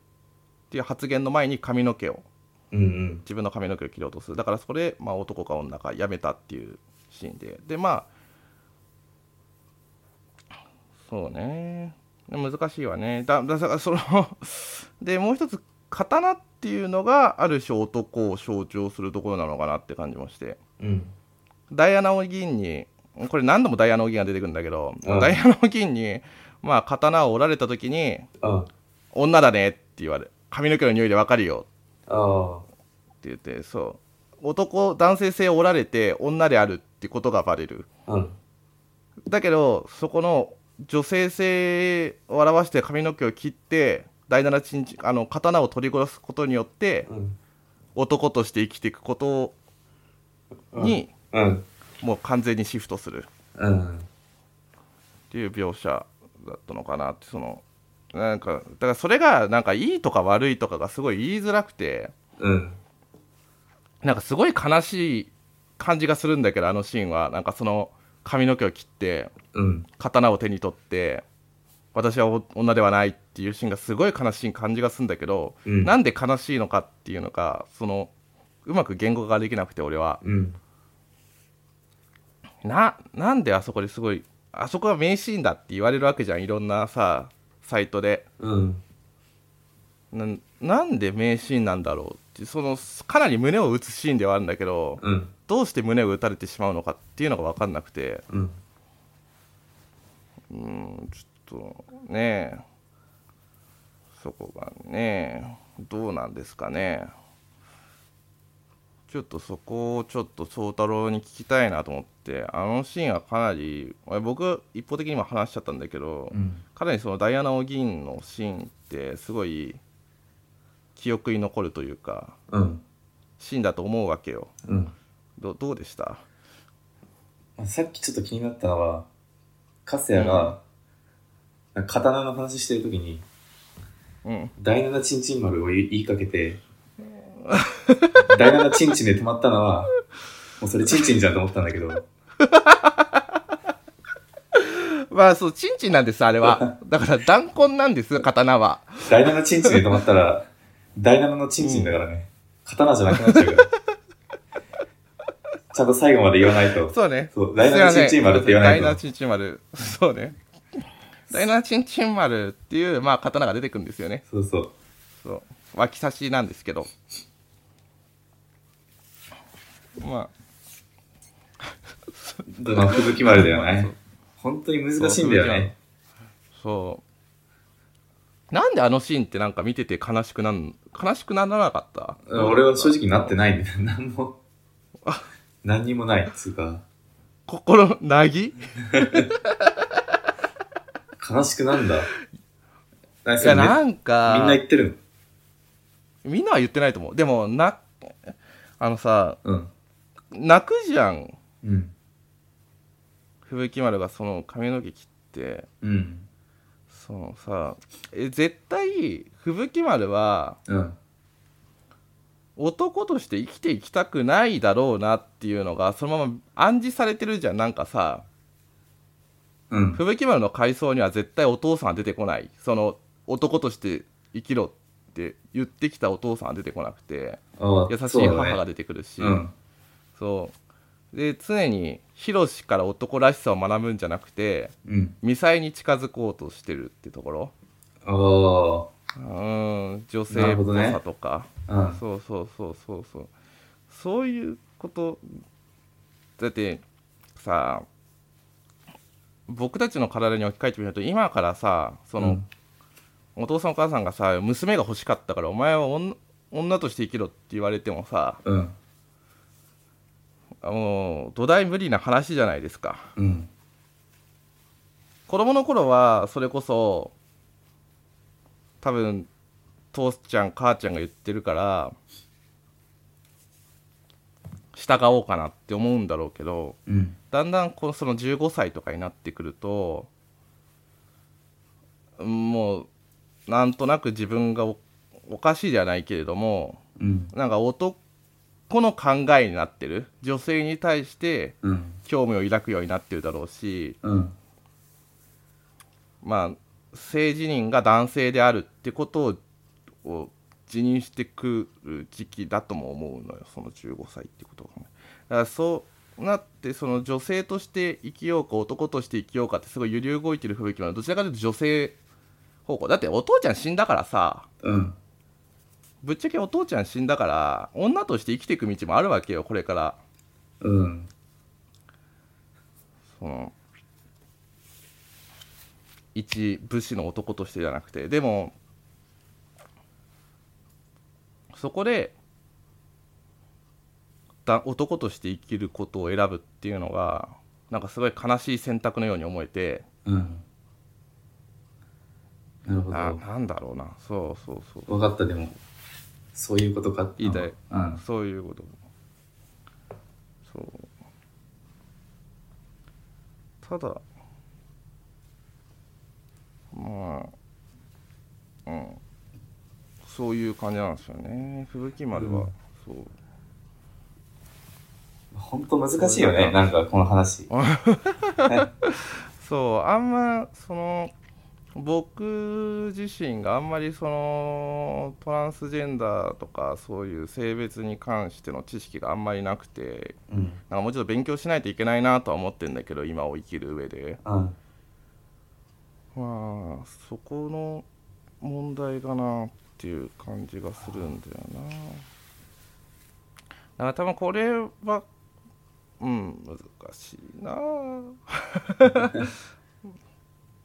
Speaker 1: ていう発言の前に髪の毛を
Speaker 2: うん。うん。
Speaker 1: 自分の髪の毛を切ろうとするだからそこで、まあ、男か女かやめたっていうシーンででまあそうね難しいわねだだからその でもう一つ刀っていうのがある種男を象徴するところなのかなって感じもして
Speaker 2: うん。
Speaker 1: ダイアナ・オギンにこれ何度もダイアナ・オギンが出てくるんだけど、
Speaker 2: うん
Speaker 1: ダイアナ・オギンに、まあ、刀を折られた時に
Speaker 2: あ
Speaker 1: 「女だね」って言われ髪の毛の匂いでわかるよ
Speaker 2: あ。
Speaker 1: って言ってそう男男性性を折られて女であるってことがバレる
Speaker 2: うん。
Speaker 1: だけどそこの女性性を表して髪の毛を切って第七チンチンあの刀を取り殺すことによって
Speaker 2: うん。
Speaker 1: 男として生きていくこと
Speaker 2: うん
Speaker 1: に、
Speaker 2: うん。
Speaker 1: もう完全にシフトする
Speaker 2: うん。
Speaker 1: っていう描写だったのかなってそのなんかだからそれがなんかいいとか悪いとかがすごい言いづらくて
Speaker 2: うん。
Speaker 1: なんかすごい悲しい感じがするんだけどあのシーンはなんかその髪の毛を切って
Speaker 2: うん。
Speaker 1: 刀を手に取って私はお女ではないっていうシーンがすごい悲しい感じがするんだけど、
Speaker 2: うん
Speaker 1: なんで悲しいのかっていうのがそのうまく言語化できなくて俺は
Speaker 2: うん。
Speaker 1: ななんであそこですごいあそこが名シーンだって言われるわけじゃんいろんなさサイトで
Speaker 2: うん。
Speaker 1: ななんで名シーンなんだろうってそのかなり胸を打つシーンではあるんだけど
Speaker 2: うん。
Speaker 1: どうして胸を打たれてしまうのかっていうのが分かんなくて
Speaker 2: うん。
Speaker 1: うんちょっとねそこがねどうなんですかねちょっとそこをちょっと宗太郎に聞きたいなと思ってあのシーンはかなり俺僕一方的に今話しちゃったんだけど、
Speaker 2: うん。
Speaker 1: かなりそのダイアナ・オギンのシーンってすごい記憶に残るというか
Speaker 2: うん。
Speaker 1: シーンだと思うわけよ
Speaker 2: うん。
Speaker 1: どどうでした
Speaker 2: さっきちょっと気になったのは、カスヤが、刀の話してるときに、
Speaker 1: うん
Speaker 2: 第七チンチン丸を言い言いかけて、第七チンチンで止まったのは、もうそれチンチンじゃんと思ったんだけど、
Speaker 1: まあそうチンチンなんですあれは だから弾痕なんです刀は
Speaker 2: 第七チンチンで止まったら、第七のチンチンだからね、刀じゃなくなっちゃうから。ちゃんと最後まで言わないと。
Speaker 1: そうね
Speaker 2: そう第七チンチン丸って言わないと
Speaker 1: 第7チンチン丸 そうね第7チンチン丸っていう、まあ、刀が出てくるんですよね
Speaker 2: そうそう。
Speaker 1: そう脇差しなんですけどま
Speaker 2: まあ、吹雪丸だよ
Speaker 1: そ
Speaker 2: ね
Speaker 1: う。
Speaker 2: 本当に難しいんだよね。
Speaker 1: あそうなんであのシーンってなんか見てて悲しくなん悲しくならなかった
Speaker 2: 俺は正直なってないみたいな。何も、何にもないっつうか、
Speaker 1: 心なぎ
Speaker 2: 悲しくなんだ。何
Speaker 1: い
Speaker 2: そ
Speaker 1: や
Speaker 2: れめ
Speaker 1: なんか
Speaker 2: みんな言ってる
Speaker 1: みんなは言ってないと思うでもなあのさ
Speaker 2: のうん。
Speaker 1: 泣くじゃん
Speaker 2: うん。
Speaker 1: 吹雪丸がその髪の毛切って
Speaker 2: うん。
Speaker 1: そのさえ絶対吹雪丸は
Speaker 2: うん。
Speaker 1: 男として生きていきたくないだろうなっていうのがそのまま暗示されてるじゃんなんかさ
Speaker 2: うん。
Speaker 1: 吹雪丸の回想には絶対お父さんは出てこないその男として生きろって言ってきたお父さんは出てこなくて
Speaker 2: ああ
Speaker 1: 優し
Speaker 2: そう
Speaker 1: い
Speaker 2: だね
Speaker 1: 母が出てくるし
Speaker 2: うん。
Speaker 1: そうで常にヒロシから男らしさを学ぶんじゃなくて
Speaker 2: うん。
Speaker 1: 未才に近づこうとしてるってところ
Speaker 2: あ
Speaker 1: うん女性っぽさとか、
Speaker 2: あ。うん。
Speaker 1: そうそうそうそうそうそういうことだってさ僕たちの体に置き換えてみると今からさその、
Speaker 2: うん
Speaker 1: お父さんお母さんがさ娘が欲しかったからお前は女女として生きろって言われてもさ
Speaker 2: うん。
Speaker 1: あもう土台無理な話じゃないですか
Speaker 2: うん。
Speaker 1: 子供の頃はそれこそ多分父ちゃん母ちゃんが言ってるから従おうかなって思うんだろうけど
Speaker 2: うん。
Speaker 1: だんだんこのその15歳とかになってくるともうなんとなく自分がおおかしいではないけれども
Speaker 2: うん。
Speaker 1: なんか男の考えになってる女性に対して
Speaker 2: うん。
Speaker 1: 興味を抱くようになってるだろうし
Speaker 2: うん。
Speaker 1: まあ、性自認が男性であるってことをを自認してくる時期だとも思うのよその15歳ってことがね。だからそうなってその女性として生きようか男として生きようかってすごい揺り動いてる雰囲気なのどちらかというと女性方向だってお父ちゃん死んだからさ
Speaker 2: うん。
Speaker 1: ぶっちゃけお父ちゃん死んだから女として生きていく道もあるわけよこれから。
Speaker 2: うん。
Speaker 1: その一武士の男としてじゃなくてでもそこでだ男として生きることを選ぶっていうのがなんかすごい悲しい選択のように思えて
Speaker 2: うん。なるほ
Speaker 1: な
Speaker 2: ど。
Speaker 1: なんだろうなそうそうそう
Speaker 2: 分かった、でも。そういうことかって
Speaker 1: いいだよ
Speaker 2: うん。
Speaker 1: そういうことそうただまあうんそういう感じなんですよね吹雪丸は、
Speaker 2: うん
Speaker 1: そう
Speaker 2: 本当難しいよね、なんかこの話。
Speaker 1: そうあんまその僕自身があんまりそのトランスジェンダーとかそういう性別に関しての知識があんまりなくて
Speaker 2: うん。
Speaker 1: なんかもうちょっと勉強しないといけないなとは思ってんだけど今を生きる上で
Speaker 2: うん。
Speaker 1: まあそこの問題かなっていう感じがするんだよなだから多分これはうん難しいな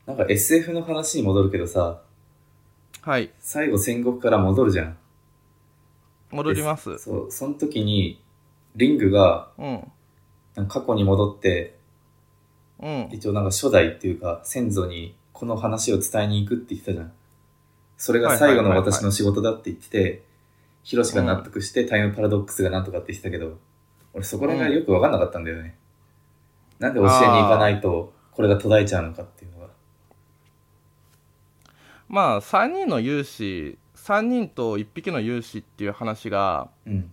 Speaker 2: なんか SF の話に戻るけどさ、
Speaker 1: はい
Speaker 2: 最後戦国から戻るじゃん。
Speaker 1: 戻ります
Speaker 2: でそう、その時に、リングが
Speaker 1: うん
Speaker 2: なんか過去に戻って、
Speaker 1: うん
Speaker 2: 一応なんか初代っていうか、先祖にこの話を伝えに行くって言ってたじゃん。それが最後の
Speaker 1: はいはいはいはい
Speaker 2: 私の仕事だって言ってて、ヒロシが納得してタイムパラドックスがなんとかって言ってたけど、俺そこら辺がよくわかんなかったんだよね。なんで教えに行かないと、これが途絶えちゃうのかっていうのが。
Speaker 1: まあ3人の勇士3人と1匹の勇士っていう話が
Speaker 2: うん。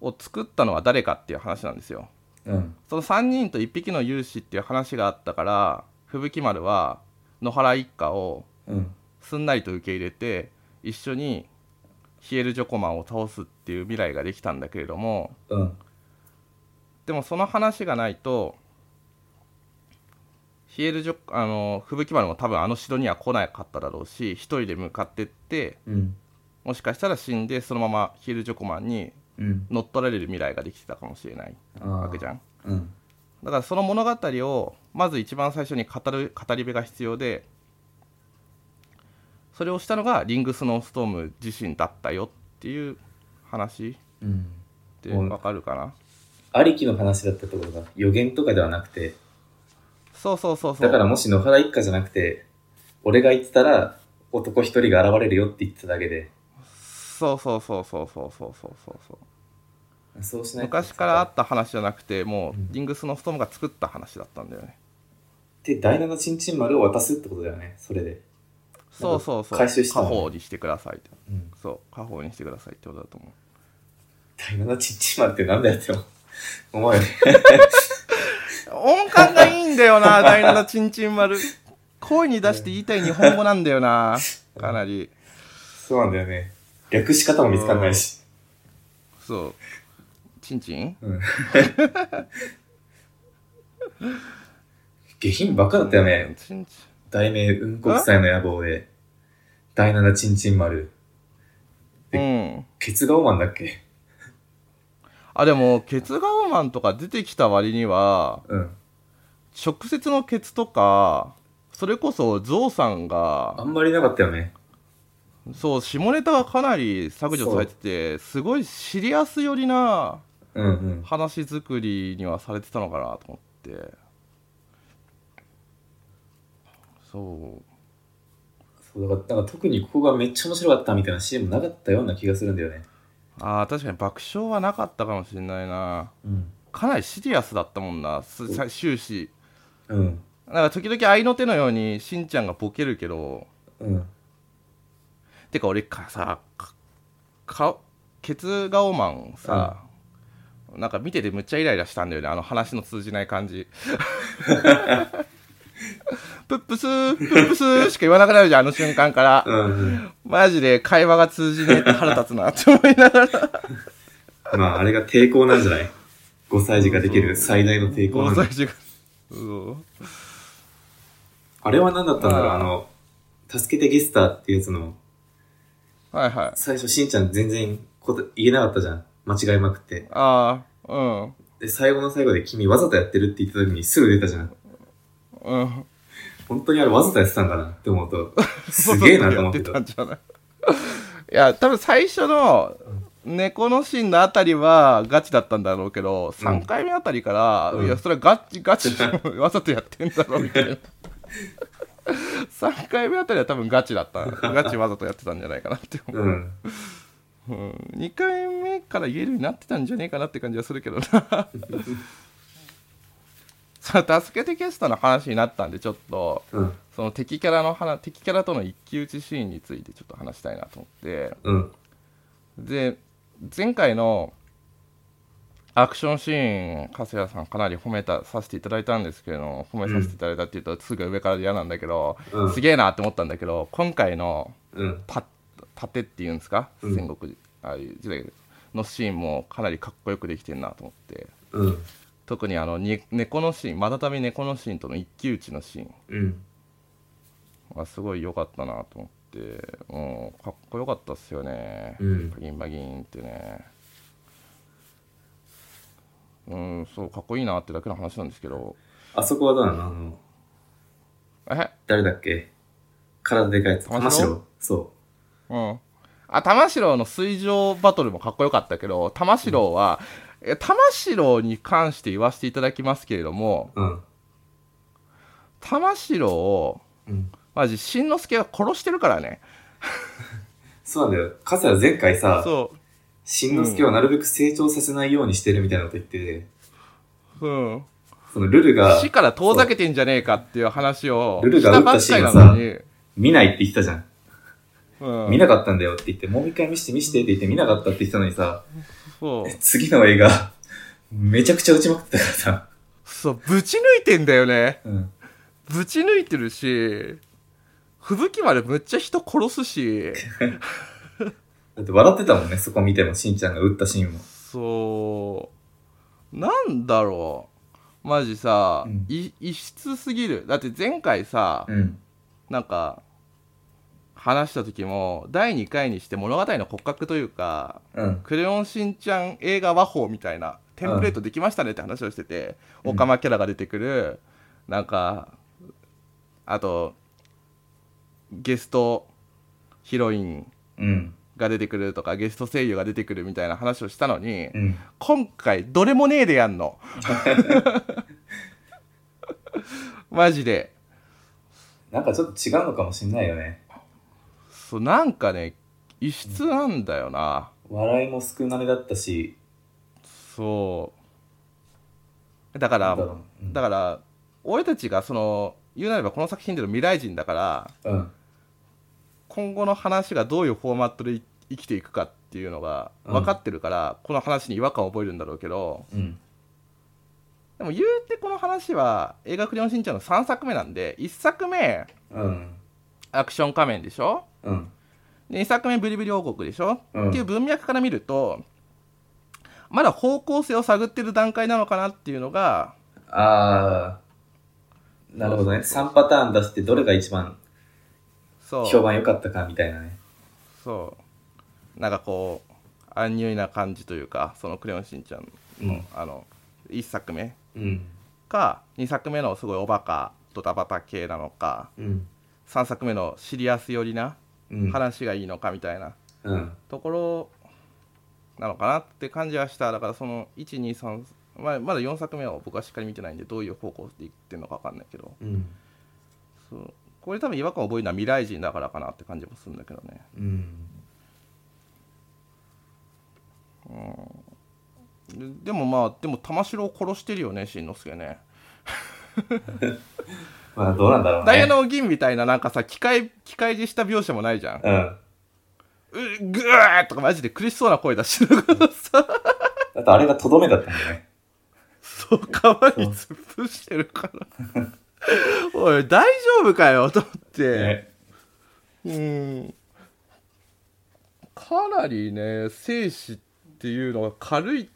Speaker 1: を作ったのは誰かっていう話なんですよ
Speaker 2: うん。
Speaker 1: その3人と1匹の勇士っていう話があったから吹雪丸は野原一家を
Speaker 2: うん。
Speaker 1: すんなりと受け入れて一緒にヒエル・ジョコマンを倒すっていう未来ができたんだけれども
Speaker 2: うん。
Speaker 1: でもその話がないとヒエル・ジョあの吹雪丸も多分あの城には来なかっただろうし一人で向かってって
Speaker 2: うん。
Speaker 1: もしかしたら死んでそのままヒエル・ジョコマンに
Speaker 2: うん。
Speaker 1: 乗っ取られる未来ができてたかもしれないわ
Speaker 2: あ
Speaker 1: けじ
Speaker 2: ゃ
Speaker 1: ゃん。
Speaker 2: ん。うん。
Speaker 1: だからその物語をまず一番最初に語る語り部が必要でそれをしたのがリングスノーストーム自身だったよっていう話
Speaker 2: うん。
Speaker 1: って
Speaker 2: うん
Speaker 1: わかるかな、
Speaker 2: ありきの話だったってことだ。予言とかではなくて、
Speaker 1: そうそうそうそう
Speaker 2: だからもし野原一家じゃなくて、俺が言ってたら男一人が現れるよって言ってただけで、
Speaker 1: そうそうそうそうそうそうそうそうそう
Speaker 2: そうしないと
Speaker 1: 昔からあった話じゃなくても
Speaker 2: うん
Speaker 1: うリングスノーストームが作った話だったんだよね、
Speaker 2: で、第七チンチン丸を渡すってことだよね、それで。
Speaker 1: そうそうそう
Speaker 2: 回収した
Speaker 1: 家
Speaker 2: の
Speaker 1: 宝にしてくださいって
Speaker 2: うん、
Speaker 1: そう家宝にしてくださいってことだと思う
Speaker 2: 第七チンチン丸ってなんだよって思う よね。
Speaker 1: 音感がいいんだよな、 第7ちんちん丸。声に出して言いたい日本語なんだよな、かなり。
Speaker 2: そうなんだよね。略し方も見つかんないし。
Speaker 1: そう。ちんちん
Speaker 2: うん。下品ばっかだったよね。
Speaker 1: ちんちん。
Speaker 2: 題名、うんこくさいの野望で、第七ちんちん丸、
Speaker 1: うん。
Speaker 2: ケツがオマンだっけ
Speaker 1: あ、でも、ケツガオマンとか出てきた割には、
Speaker 2: うん。
Speaker 1: 直接のケツとか、それこそゾウさん
Speaker 2: あ
Speaker 1: が、
Speaker 2: んまりなかったよね。
Speaker 1: そう、下ネタがかなり削除されてて、すごいシリアス寄りな
Speaker 2: うんうん。
Speaker 1: 話作りにはされてたのかなと思ってそう
Speaker 2: そうだからなんか特にここがめっちゃ面白かったみたいなシーンもなかったような気がするんだよね。
Speaker 1: あー確かに爆笑はなかったかもしれないな
Speaker 2: うん。
Speaker 1: かなりシリアスだったもんなすさ終始
Speaker 2: うん。
Speaker 1: なんか時々合いの手のようにしんちゃんがボケるけど
Speaker 2: うん。
Speaker 1: てか俺かさか顔ケツ顔マンさ、なんか見ててむっちゃイライラしたんだよねあの話の通じない感 じプップスープップスーしか言わなくなるじゃんあの瞬間から、
Speaker 2: うん。
Speaker 1: マジで会話が通じねえって腹立つなって思いながら
Speaker 2: まあ、あれが抵抗なんじゃない ?5 歳児ができる最大の抵抗なん
Speaker 1: 5
Speaker 2: じ
Speaker 1: 歳児
Speaker 2: ゃない
Speaker 1: がそう
Speaker 2: あれは何だったんだろう
Speaker 1: あー
Speaker 2: あの、助けてゲスターっていうやつの、
Speaker 1: はいはい
Speaker 2: 最初しんちゃん全然こと言えなかったじゃん。間違いまくって。
Speaker 1: ああうん
Speaker 2: で、最後の最後で君わざとやってるって言った時にすぐ出たじゃん。
Speaker 1: うん
Speaker 2: 本当にあれわざとやってたんだなって思うと、すげえなと思って
Speaker 1: やった
Speaker 2: た。
Speaker 1: んじ ゃないいや多分最初の猫のシーンのあたりはガチだったんだろうけど3回目あたりから、
Speaker 2: うん
Speaker 1: いやそれはガチガチわざとやってんだろうみたいな3回目あたりは多分ガチだったガチわざとやってたんじゃないかなって思
Speaker 2: うん。
Speaker 1: う、うん、2回目から言えるようになってたんじゃねえかなって感じはするけど なさあ助けてゲストの話になったんでちょっと
Speaker 2: うん。
Speaker 1: その敵キャラの話敵キャラとの一騎打ちシーンについてちょっと話したいなと思って
Speaker 2: うん。
Speaker 1: で前回のアクションシーン粕谷さんかなり褒めたさせていただいたんですけれども褒めさせていただいたっていうとすぐ上からで嫌なんだけど、
Speaker 2: うん
Speaker 1: すげえなって思ったんだけど今回の
Speaker 2: うん。
Speaker 1: パ盾っていうんですか
Speaker 2: うん
Speaker 1: 戦国時あ時代のシーンもかなりかっこよくできてるなと思って
Speaker 2: うん。
Speaker 1: 特にあのに猫のシーンまたたび猫のシーンとの一騎打ちのシーン
Speaker 2: うん。
Speaker 1: あすごい良かったなと思って、うん、かっこよかったっすよね、
Speaker 2: うん
Speaker 1: バギンバギンってねうんそうかっこいいなってだけの話なんですけど
Speaker 2: あそこはどうなのあの、
Speaker 1: え
Speaker 2: 誰だっけ体でかいやつ。
Speaker 1: 玉
Speaker 2: 玉
Speaker 1: 城
Speaker 2: 城そ
Speaker 1: うんあ玉城の水上バトルもかっこよかったけど玉城は、え玉城に関して言わせていただきますけれども
Speaker 2: う。うん。
Speaker 1: 玉城を
Speaker 2: うん。
Speaker 1: マジしんのすけが殺してるからね
Speaker 2: そうなんだよ。かさ前回さ、
Speaker 1: そ
Speaker 2: しんのすけをなるべく成長させないようにしてるみたいなこと言ってて、
Speaker 1: ううん
Speaker 2: そのルルが
Speaker 1: 死から遠ざけてんじゃねえかっていう話を
Speaker 2: ルル
Speaker 1: し
Speaker 2: が
Speaker 1: た
Speaker 2: 撃っ
Speaker 1: ば
Speaker 2: た
Speaker 1: っ
Speaker 2: シ
Speaker 1: か
Speaker 2: ー
Speaker 1: り
Speaker 2: ン
Speaker 1: な
Speaker 2: が
Speaker 1: のに
Speaker 2: 見ないって言ってたじゃん。
Speaker 1: うん
Speaker 2: 見なかったんだよって言って、もう一回見して見してって言って見なかったって言ってたのにさ、
Speaker 1: そう。
Speaker 2: 次の映画、めちゃくちゃ打ちまくってたからさ。
Speaker 1: そう、ぶち抜いてんだよね。
Speaker 2: うん。
Speaker 1: ぶち抜いてるし、吹雪までむっちゃ人殺すし、
Speaker 2: だって笑ってたもんね、そこ見ても、しんちゃんが打ったシーンも。
Speaker 1: そう、なんだろう。マジさ、
Speaker 2: うん
Speaker 1: い異質すぎる。だって前回さ、
Speaker 2: うん。
Speaker 1: なんか、話した時も、第2回にして物語の骨格というか、
Speaker 2: うん。
Speaker 1: クレヨンしんちゃん映画和法みたいなテンプレートできましたねって話をしてて、
Speaker 2: うん
Speaker 1: オカマキャラが出てくるなんかあとゲストヒロイン
Speaker 2: うん。
Speaker 1: が出てくるとかゲスト声優が出てくるみたいな話をしたのに、
Speaker 2: うん。
Speaker 1: 今回どれもねえでやん のマジで
Speaker 2: なんかちょっと違うのかもしんないよね。
Speaker 1: そうなんかね異質なんだよな、
Speaker 2: 笑いも少なめだったし、
Speaker 1: そうだから
Speaker 2: なんだろううん
Speaker 1: だから俺たちがその言うなればこの作品での未来人だから
Speaker 2: うん。
Speaker 1: 今後の話がどういうフォーマットでい生きていくかっていうのが
Speaker 2: うん
Speaker 1: 分かってるから、この話に違和感を覚えるんだろうけど
Speaker 2: うん。
Speaker 1: でも言うてこの話は映画「クレヨンしんちゃん」の3作目なんで1作目
Speaker 2: うん。
Speaker 1: アクション仮面でしょ
Speaker 2: うん。
Speaker 1: で2作目ブリブリ王国でしょ、
Speaker 2: うん
Speaker 1: っていう文脈から見るとまだ方向性を探ってる段階なのかなっていうのが
Speaker 2: あー。なるほどね。3パターン出して、どれが一番
Speaker 1: そう
Speaker 2: 評判良かったかみたいなね。
Speaker 1: そうなんかこう安ュイな感じというかその「クレヨンしんちゃん
Speaker 2: うん。」
Speaker 1: あの1作目
Speaker 2: うん。
Speaker 1: か2作目のすごいおバカドタバタ系なのか
Speaker 2: うん。
Speaker 1: 3作目のシリアス寄りな
Speaker 2: うん。
Speaker 1: 話がいいのかみたいな
Speaker 2: うん。
Speaker 1: ところなのかなって感じはしただからその123まあまだ4作目は僕はしっかり見てないんでどういう方向でいってるのか分かんないけど
Speaker 2: うん
Speaker 1: そうこれ多分違和感を覚えるのは未来人だからかなって感じもするんだけどね
Speaker 2: うん
Speaker 1: ででもまあでも玉城を殺してるよねしんのすけね
Speaker 2: まあどうなんだろうね
Speaker 1: ダイヤの銀みたいななんかさ機械機械死した描写もないじゃん
Speaker 2: うん
Speaker 1: うぐーとかマジで苦しそうな声出してるからさ
Speaker 2: だってあれがとどめだったんだよね
Speaker 1: そう川に突っ伏してるからおい大丈夫かよと思って、
Speaker 2: ね
Speaker 1: うんかなりね生死っていうのが軽いって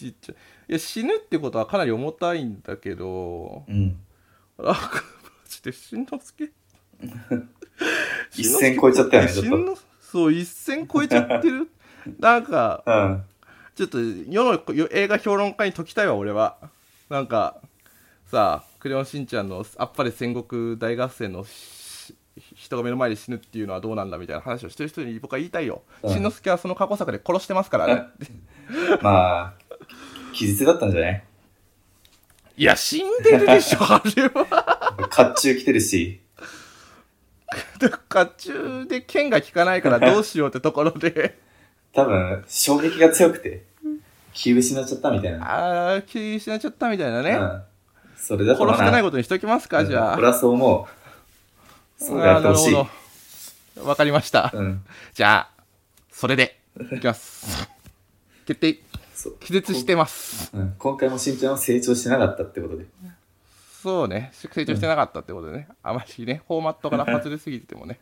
Speaker 1: 言っちゃいや死ぬってことはかなり重たいんだけど
Speaker 2: うん
Speaker 1: あマジでしんのすけ
Speaker 2: 一線越えちゃったよねちょっ
Speaker 1: し
Speaker 2: と
Speaker 1: んのそう一線越えちゃって るなんか
Speaker 2: うん
Speaker 1: ちょっと世のよ映画評論家に解きたいわ俺はなんかさあ「クレヨンしんちゃん」の「あっぱれ戦国大合戦」のし人が目の前で死ぬっていうのはどうなんだみたいな話をしてる人に僕は言いたいよ、
Speaker 2: うん
Speaker 1: しんのすけはその過去作で殺してますからね
Speaker 2: まあ気絶だったんじゃない
Speaker 1: いや死んでるでしょあれは
Speaker 2: 甲冑着てるし
Speaker 1: だから甲冑で剣が効かないからどうしようってところ で
Speaker 2: 多分衝撃が強くて気失っちゃったみたいな
Speaker 1: ああ気失っちゃったみたいな
Speaker 2: う
Speaker 1: ね、
Speaker 2: んそれだと
Speaker 1: 殺してない
Speaker 2: こ
Speaker 1: ことにしときますか、じゃあ
Speaker 2: 俺はそう思うそうやってほしい
Speaker 1: あーなるほどわかりました、
Speaker 2: うん
Speaker 1: じゃあ、それで、いきます。決定、
Speaker 2: そう
Speaker 1: 気絶してます。
Speaker 2: うん、今回もしんちゃんは成長してなかったってことで。
Speaker 1: そうね、成長してなかったってことでね、あまりね、フォーマットから外れすぎててもね。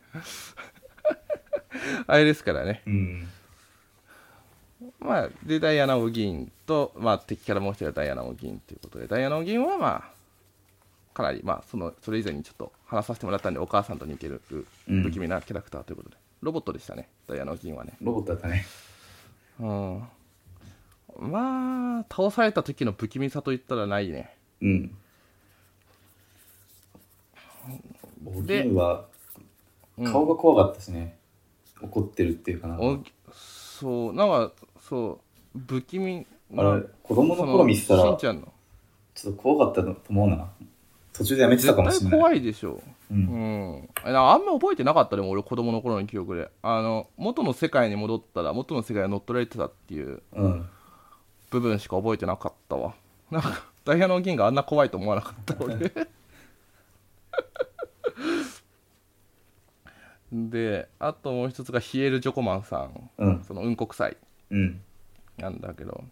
Speaker 1: あれですからね。
Speaker 2: うん。
Speaker 1: まあ、で、ダイアナ・オギンと、まあ、敵からもう一人はダイアナ・オギンということで、ダイアナ・オギンは、まあ、かなり、まあ、その、それ以前にちょっと話させてもらったんで、お母さんと似てる、
Speaker 2: うん
Speaker 1: 不気味なキャラクターということで、ロボットでしたね、ダイアナ・オギンはね。
Speaker 2: ロボットだったね。
Speaker 1: うんまあ倒された時の不気味さといったらないね
Speaker 2: うん。おぎんは、
Speaker 1: うん
Speaker 2: 顔が怖かったしね。怒ってるっていうかな。
Speaker 1: おそうなんかそう不気味
Speaker 2: あれ、子供の頃見てた
Speaker 1: そのし
Speaker 2: ら
Speaker 1: ん、ちゃんの
Speaker 2: ちょっと怖かったと思うな。途中でやめてた
Speaker 1: 絶
Speaker 2: かもしれ
Speaker 1: 対
Speaker 2: ない。
Speaker 1: 怖いでしょ
Speaker 2: う。
Speaker 1: うんんああんま覚えてなかったでも俺子供の頃の記憶であの元の世界に戻ったら元の世界が乗っ取られてたっていう
Speaker 2: うん。
Speaker 1: 部分しか覚えてなかったわなんかダイヤの銀があんな怖いと思わなかった俺であともう一つがヒエル・ジョコマンさん
Speaker 2: うん。
Speaker 1: その雲国祭
Speaker 2: うん。
Speaker 1: なんだけど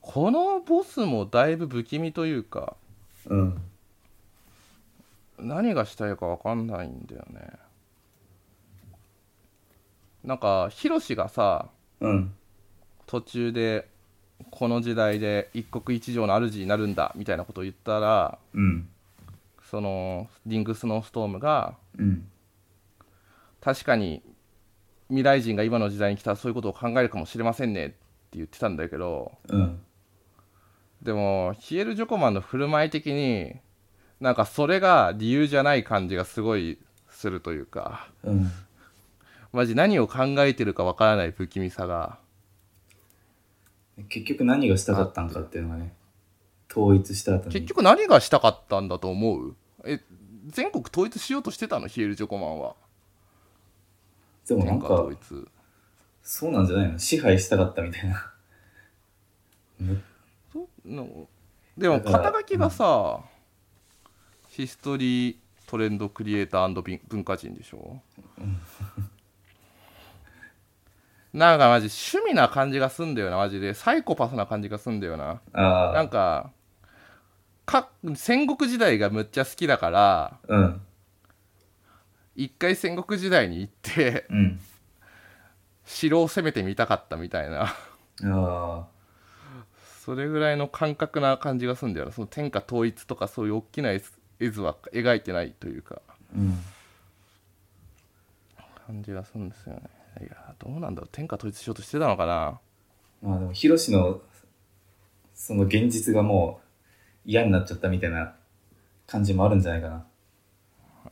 Speaker 1: このボスもだいぶ不気味というか
Speaker 2: うん。
Speaker 1: 何がしたいか分かんないんだよねなんかヒロシがさ
Speaker 2: うん。
Speaker 1: 途中でこの時代で一国一城の主になるんだみたいなことを言ったら
Speaker 2: うん。
Speaker 1: そのリング・スノーストームが
Speaker 2: うん。
Speaker 1: 確かに未来人が今の時代に来たらそういうことを考えるかもしれませんねって言ってたんだけど
Speaker 2: うん。
Speaker 1: でもヒエル・ジョコマンの振る舞い的になんかそれが理由じゃない感じがすごいするというか
Speaker 2: うん。
Speaker 1: マジ何を考えてるかわからない不気味さが
Speaker 2: 結局何がしたかったんかっていうのがね、統一した後に。
Speaker 1: 結局何がしたかったんだと思うえ全国統一しようとしてたのヒエル・ジョコマンは
Speaker 2: でもな
Speaker 1: 天
Speaker 2: ん
Speaker 1: 下
Speaker 2: か
Speaker 1: 統、一
Speaker 2: そうなんじゃないの支配したかったみたいな。
Speaker 1: そうのでも
Speaker 2: だから
Speaker 1: 肩書きがさ、ヒストリートレンドクリエイターび文化人でしょ、なんかマジ趣味な感じがすんだよなマジでサイコパスな感じがすんだよなな
Speaker 2: あ
Speaker 1: んかか戦国時代がむっちゃ好きだから
Speaker 2: あ。うん。
Speaker 1: 一回戦国時代に行って
Speaker 2: うん。
Speaker 1: 城を攻めてみたかったみたいな
Speaker 2: あ
Speaker 1: それぐらいの感覚な感じがするんだよなその天下統一とかそういう大きな絵図絵図は描いてないというか
Speaker 2: あ。うん。
Speaker 1: 感じがするんですよねいやどうなんだろう天下統一しようとしてたのかな
Speaker 2: まあでも、ヒロシの、その現実がもう嫌になっちゃったみたいな感じもあるんじゃないかな。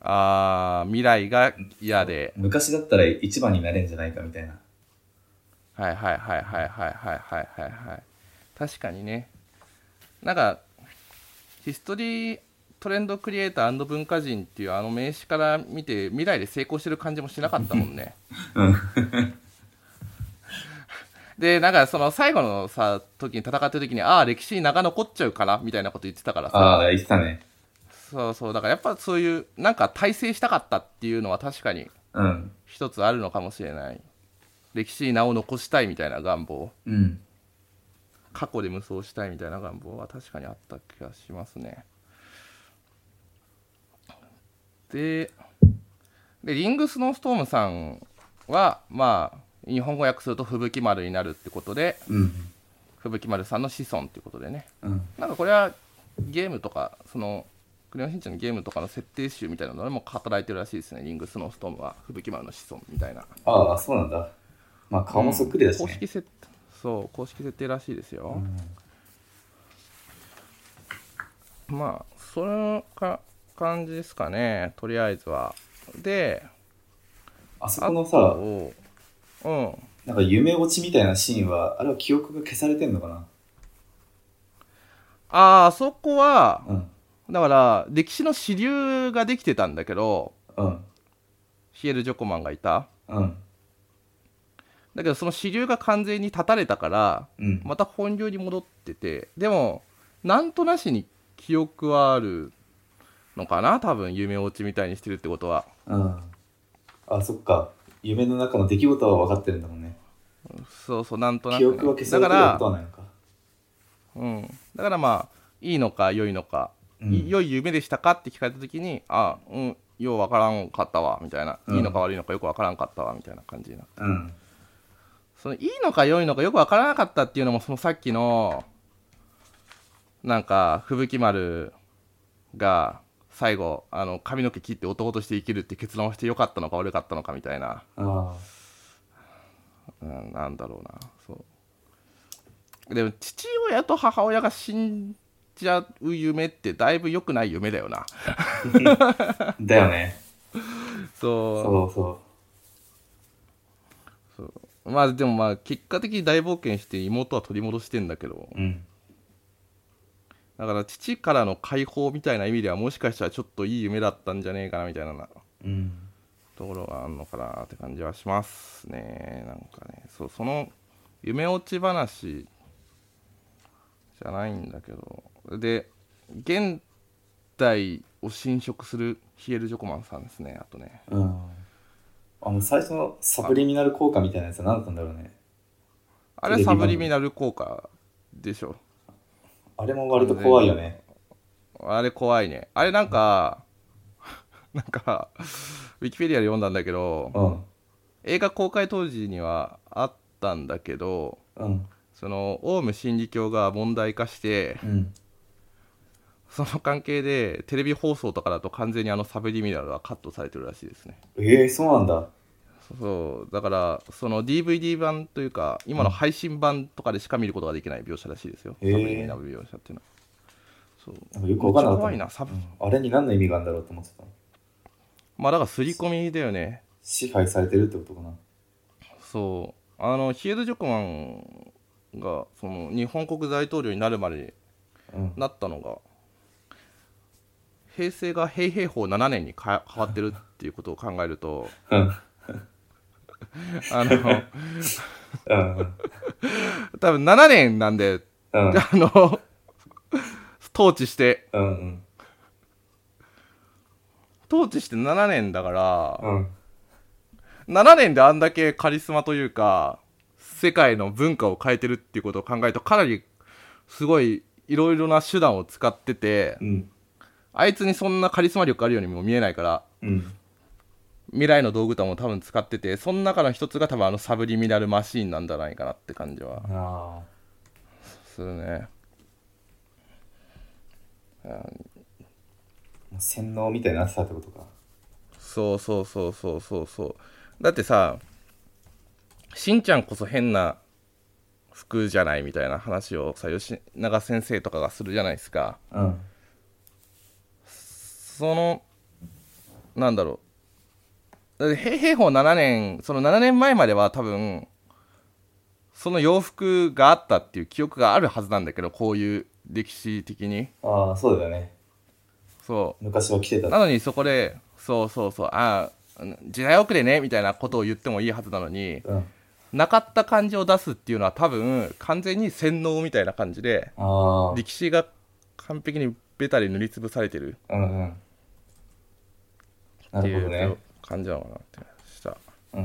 Speaker 1: あー未来が嫌で
Speaker 2: 昔だったら一番になれんじゃないかみたいな。
Speaker 1: はいはいはいはいはいはいはいはいはい確かにねなんかヒストリートレンドクリエイター文化人っていうあの名詞から見て未来で成功してる感じもしなかったもんね
Speaker 2: うん。
Speaker 1: でなんかその最後のさ時に戦ってる時にああ歴史に名が残っちゃうかなみたいなこと言ってたからさ
Speaker 2: ああ、言ってたね。
Speaker 1: そうそうだからやっぱそういうなんか体制したかったっていうのは確かに
Speaker 2: うん。
Speaker 1: 一つあるのかもしれない歴史に名を残したいみたいな願望
Speaker 2: うん。
Speaker 1: 過去で無双したいみたいな願望は確かにあった気がしますねででリング・スノーストームさんはまあ日本語訳すると吹雪丸になるってことで
Speaker 2: うん。
Speaker 1: 吹雪丸さんの子孫っていうことでね
Speaker 2: うん。
Speaker 1: なんかこれはゲームとかそのクレヨンしんちゃんのゲームとかの設定集みたいなのでも働いてるらしいですねリング・スノーストームは吹雪丸の子孫みたいな
Speaker 2: ああ、そうなんだ。まあ、顔もそっくりだし
Speaker 1: 公
Speaker 2: ね
Speaker 1: 式。設そう公式設定らしいですよ、
Speaker 2: うん
Speaker 1: まあそのか感じですかねとりあえずはで
Speaker 2: あそこの
Speaker 1: あ
Speaker 2: さ、
Speaker 1: とうん
Speaker 2: なんか夢落ちみたいなシーンは、あれは記憶が消されてんのかな
Speaker 1: ああそこは
Speaker 2: うん。
Speaker 1: だから歴史の支流ができてたんだけど
Speaker 2: うん。
Speaker 1: ヒエル・ジョコマンがいた
Speaker 2: うん。
Speaker 1: だけどその支流が完全に断たれたから
Speaker 2: うん。
Speaker 1: また本流に戻っててでもなんとなしに記憶はあるのかな多分夢落ちみたいにしてるってことは
Speaker 2: うん。あ、そっか。夢の中の出来事は分かってるんだもんね。
Speaker 1: そうそうなんとなく
Speaker 2: 記
Speaker 1: ね、
Speaker 2: 憶は消さ
Speaker 1: だ
Speaker 2: れ
Speaker 1: か
Speaker 2: てるこ
Speaker 1: ら
Speaker 2: とはないのか。
Speaker 1: うん、だからまあいいのか良いのか、
Speaker 2: うん
Speaker 1: い良い夢でしたかって聞かれた時にあうんようわからんかったわみたいな、
Speaker 2: うん
Speaker 1: いいのか悪いのかよくわからんかったわみたいな感じな
Speaker 2: うん。
Speaker 1: そのいいのか良いのかよくわからなかったっていうのもそのさっきのなんか吹雪丸が最後あの髪の毛切って男として生きるって結論をしてよかったのか悪かったのかみたいな
Speaker 2: ああ。
Speaker 1: うんなんだろうなそうでも父親と母親が死んじゃう夢ってだいぶ良くない夢だよな
Speaker 2: だよね。
Speaker 1: そ
Speaker 2: そうそう
Speaker 1: そうまあでもまあ結果的に大冒険して妹は取り戻してんだけど
Speaker 2: う。うん。
Speaker 1: だから父からの解放みたいな意味ではもしかしたらちょっといい夢だったんじゃねえかなみたいなな
Speaker 2: うん。
Speaker 1: ところがあるのかなって感じはしますねなんかねそうその夢落ち話じゃないんだけどで現代を侵食するヒエル・ジョコマンさんですねあとね
Speaker 2: うん。あの、最初のサブリミナル効果みたいなやつは何だったんだろうね。
Speaker 1: あれはサブリミナル効果でしょ
Speaker 2: あれも割と怖いよね。
Speaker 1: あれ怖いねあれなんか なんかウィキペディアで読んだんだけど
Speaker 2: うん。
Speaker 1: 映画公開当時にはあったんだけど
Speaker 2: うん。
Speaker 1: そのオウム真理教が問題化して
Speaker 2: うん。
Speaker 1: その関係でテレビ放送とかだと完全にあのサブリミナルはカットされてるらしいですね
Speaker 2: ええそうなんだ。
Speaker 1: そうだからその DVD 版というか今の配信版とかでしか見ることができない描写らしいですよ、
Speaker 2: へー
Speaker 1: サブリミナル描写っていうのはそう
Speaker 2: なんかよくわかんなかった。
Speaker 1: 怖いなサブ
Speaker 2: うんあれに何の意味があるんだろうと思ってた。
Speaker 1: まあだから刷り込みだよね
Speaker 2: 支配されてるってことかな。
Speaker 1: そうあのヒエル・ジョクマンがその日本国大統領になるまで
Speaker 2: うん。
Speaker 1: なったのが平成が平平法7年にか変わってるっていうことを考えると
Speaker 2: うん。
Speaker 1: あの
Speaker 2: うん。
Speaker 1: 多分7年なんで、
Speaker 2: うん。
Speaker 1: あの、統治して、
Speaker 2: うん。
Speaker 1: 統治して7年だから、
Speaker 2: うん。
Speaker 1: 7年であんだけカリスマというか、世界の文化を変えてるっていうことを考えると、かなり、すごい、いろいろな手段を使ってて
Speaker 2: う、ん。
Speaker 1: あいつにそんなカリスマ力あるようにも見えないから、
Speaker 2: うん。
Speaker 1: 未来の道具とかも多分使ってて、その中の一つが多分あのサブリミナルマシーンなんじゃないかなって感じは
Speaker 2: ああ。
Speaker 1: するね。
Speaker 2: もう洗脳みたいになってたってことか。
Speaker 1: そうそうそうそうそうそうだってさしんちゃんこそ変な服じゃないみたいな話をさ吉永先生とかがするじゃないですか
Speaker 2: うん。
Speaker 1: そのなんだろうだって平平法7年その7年前までは多分その洋服があったっていう記憶があるはずなんだけどこういう歴史的に
Speaker 2: ああ、そうだよね。
Speaker 1: そう
Speaker 2: 昔は来てた。
Speaker 1: なのにそこでそうそうそうあー時代遅れねみたいなことを言ってもいいはずなのに
Speaker 2: うん。あ
Speaker 1: なかった感じを出すっていうのは多分完全に洗脳みたいな感じで
Speaker 2: あ。
Speaker 1: 歴史が完璧にベタで塗りつぶされてる
Speaker 2: うんうん。な
Speaker 1: ってい
Speaker 2: るほどね
Speaker 1: う。感じなのかなってした
Speaker 2: うん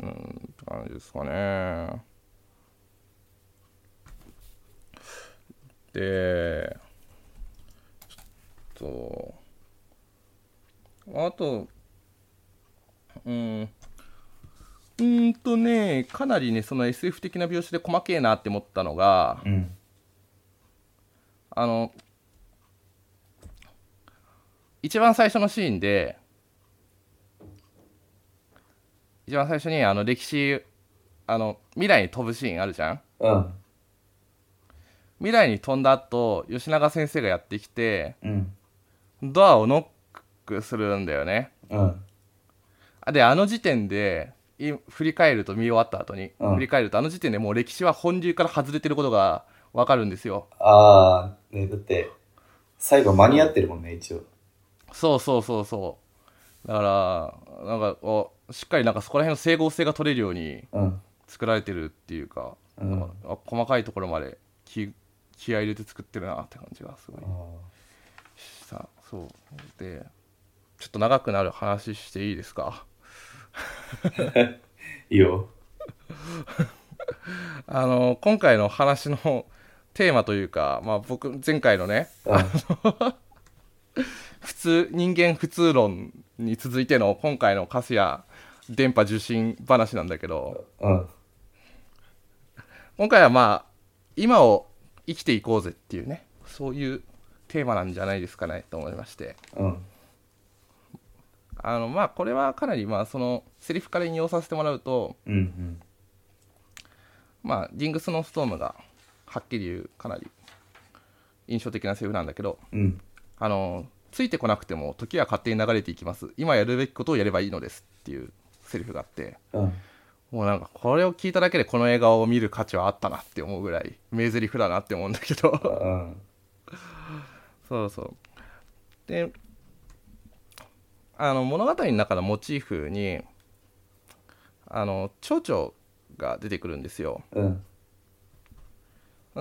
Speaker 2: う
Speaker 1: っ
Speaker 2: ん。
Speaker 1: て感じですかねでちょっとあとうんうーんとねかなりねその SF 的な描写で細けえなって思ったのが
Speaker 2: うん。
Speaker 1: あの一番最初のシーンで一番最初にあの歴史あの未来に飛ぶシーンあるじゃん
Speaker 2: うん。
Speaker 1: 未来に飛んだ後吉永先生がやってきて
Speaker 2: うん。
Speaker 1: ドアをノックするんだよね
Speaker 2: うん。
Speaker 1: あであの時点でい振り返ると見終わった後に、
Speaker 2: うん
Speaker 1: 振り返るとあの時点でもう歴史は本流から外れてることがわかるんですよ
Speaker 2: ああ、ね、だって、最後間に合ってるもんね、一応。
Speaker 1: そうそうそうそうだからなんかこうしっかりなんかそこら辺の整合性が取れるように
Speaker 2: うん。
Speaker 1: 作られてるっていうか,、
Speaker 2: うん
Speaker 1: なんかあ細かいところまで気気合い入れて作ってるなって感じがすごい
Speaker 2: あ
Speaker 1: さそうでちょっと長くなる話していいですか
Speaker 2: ーいいよ。
Speaker 1: あの今回の話のテーマというか、まあ、僕前回のね
Speaker 2: うん。
Speaker 1: 普通人間普通論に続いての今回のカスヤ電波受信話なんだけど
Speaker 2: うん。
Speaker 1: 今回はまあ今を生きていこうぜっていうねそういうテーマなんじゃないですかねと思いまして
Speaker 2: うん。
Speaker 1: あのまあこれはかなりまあそのセリフから引用させてもらうと
Speaker 2: うん。うん。
Speaker 1: まあ、ジングス・ノーストームがはっきり言うかなり印象的なセリフなんだけど
Speaker 2: うん。
Speaker 1: あのついてこなくても時は勝手に流れていきます今やるべきことをやればいいのですっていうセリフがあって
Speaker 2: うん。
Speaker 1: もうなんかこれを聞いただけでこの映画を見る価値はあったなって思うぐらい名台詞だなって思うんだけど
Speaker 2: うん。
Speaker 1: そうそうであの物語の中のモチーフにあの蝶々が出てくるんですよ
Speaker 2: うん。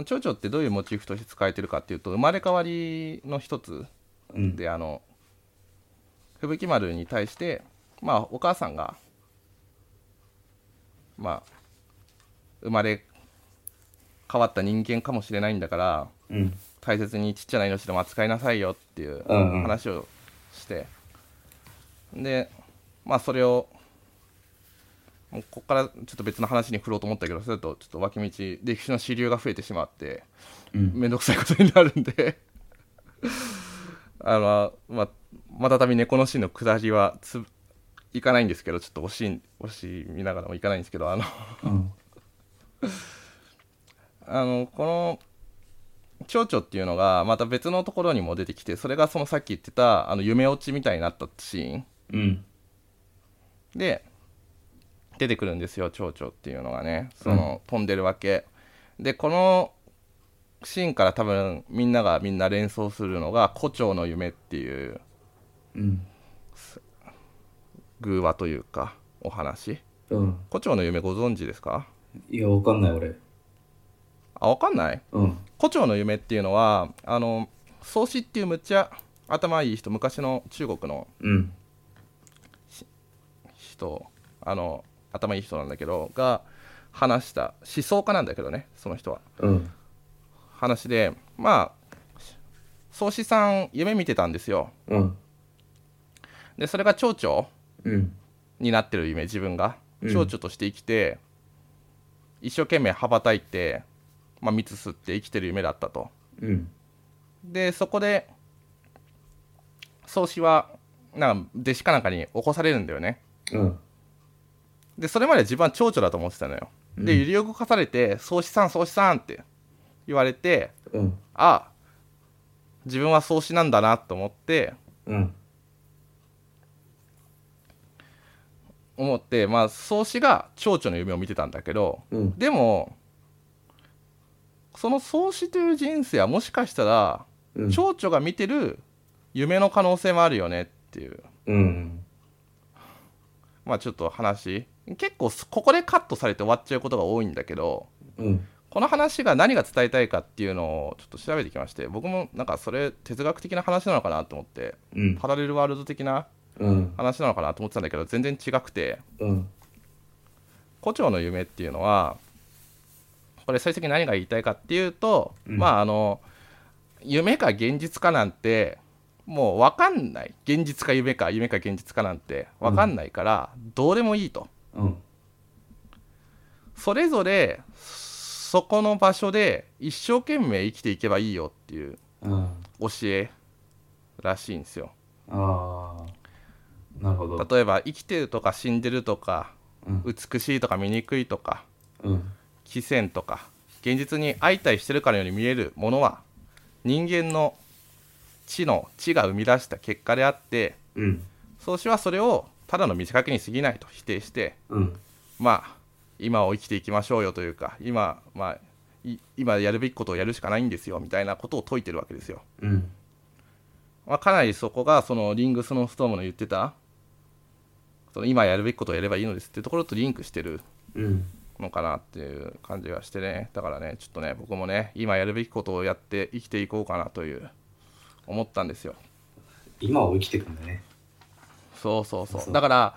Speaker 1: 蝶々ってどういうモチーフとして使えてるかっていうと生まれ変わりの一つ
Speaker 2: うん。
Speaker 1: であの吹雪丸に対してまあお母さんがまあ生まれ変わった人間かもしれないんだから
Speaker 2: うん。
Speaker 1: 大切にちっちゃな命でも扱いなさいよっていう
Speaker 2: うんうん
Speaker 1: 話をして、でまあそれをもうここからちょっと別の話に振ろうと思ったけどそれだとちょっと脇道歴史の支流が増えてしまって
Speaker 2: うん。
Speaker 1: めんどくさいことになるんで あのまあまたたび猫のシーンの下りはついかないんですけどちょっと惜しい惜しい見ながらもいかないんですけどあの
Speaker 2: うん。
Speaker 1: あのこの蝶々っていうのがまた別のところにも出てきてそれがそのさっき言ってたあの夢落ちみたいになったシーン
Speaker 2: うん。
Speaker 1: で出てくるんですよ蝶々っていうのがねその、飛んでるわけでこのシーンから多分みんながみんな連想するのが「胡蝶の夢」っていう
Speaker 2: うん。
Speaker 1: 偶話というかお話
Speaker 2: うん。
Speaker 1: 胡蝶の夢ご存知ですか
Speaker 2: いや、わかんない、俺。
Speaker 1: あわかんない
Speaker 2: うん。
Speaker 1: 胡蝶の夢っていうのはあの宗師っていうむっちゃ頭いい人昔の中国の
Speaker 2: うん。
Speaker 1: 人あの頭いい人なんだけどが話した思想家なんだけどねその人は
Speaker 2: うん。
Speaker 1: 話でまあ宗師さん夢見てたんですよ
Speaker 2: うん。
Speaker 1: でそれが蝶々
Speaker 2: うん。
Speaker 1: になってる夢自分が
Speaker 2: うん
Speaker 1: 蝶々として生きて、一生懸命羽ばたいて、まあ、蜜吸って生きてる夢だったと
Speaker 2: うん。
Speaker 1: でそこで宗師はなんか弟子かなんかに起こされるんだよね
Speaker 2: うん。
Speaker 1: でそれまで自分は蝶々だと思ってたのよ、で
Speaker 2: うん
Speaker 1: 揺り動かされて「宗師さん宗師さん」って言われて
Speaker 2: うん。
Speaker 1: あ自分は宗師なんだなと思って
Speaker 2: うん。
Speaker 1: 思って、まあ、宗師が蝶々の夢を見てたんだけど、
Speaker 2: うん。
Speaker 1: でも、その宗師という人生はもしかしたら、
Speaker 2: うん。
Speaker 1: 蝶々が見てる夢の可能性もあるよねっていう、
Speaker 2: うん。
Speaker 1: まあちょっと話、結構すここでカットされて終わっちゃうことが多いんだけど、
Speaker 2: うん。
Speaker 1: この話が何が伝えたいかっていうのをちょっと調べてきまして、僕もなんかそれ哲学的な話なのかなと思って、
Speaker 2: うん。
Speaker 1: パラレルワールド的な
Speaker 2: うん。
Speaker 1: 話なのかなと思ってたんだけど、全然違くて、
Speaker 2: うん。
Speaker 1: 胡蝶の夢っていうのはこれ最終的に何が言いたいかっていうと、
Speaker 2: うん
Speaker 1: まああの夢か現実かなんてもう分かんない現実か夢か夢か現実かなんて分かんないから、どうでもいいと
Speaker 2: うん。
Speaker 1: それぞれそこの場所で一生懸命生きていけばいいよっていう
Speaker 2: あ
Speaker 1: 教えらしいんですよ
Speaker 2: あー。なるほど。
Speaker 1: 例えば生きてるとか死んでるとか
Speaker 2: うん。
Speaker 1: 美しいとか醜いとか
Speaker 2: うん。
Speaker 1: 非線とか現実に相対してるかのように見えるものは人間の知の知が生み出した結果であって
Speaker 2: うん。
Speaker 1: 創始はそれをただの見せかけに過ぎないと否定して
Speaker 2: うん。
Speaker 1: まあ今を生きていきましょうよというか今まあい今やるべきことをやるしかないんですよみたいなことを説いてるわけですよ、
Speaker 2: うん。
Speaker 1: まあ、かなりそこがそのリングスノーストームの言ってたその今やるべきことをやればいいのですってところとリンクしてる
Speaker 2: うん。
Speaker 1: のかなっていう感じがしてねだからねちょっとね僕もね今やるべきことをやって生きていこうかなという思ったんですよ
Speaker 2: 今を生きていくんだね。
Speaker 1: そうそうそう
Speaker 2: そう
Speaker 1: だから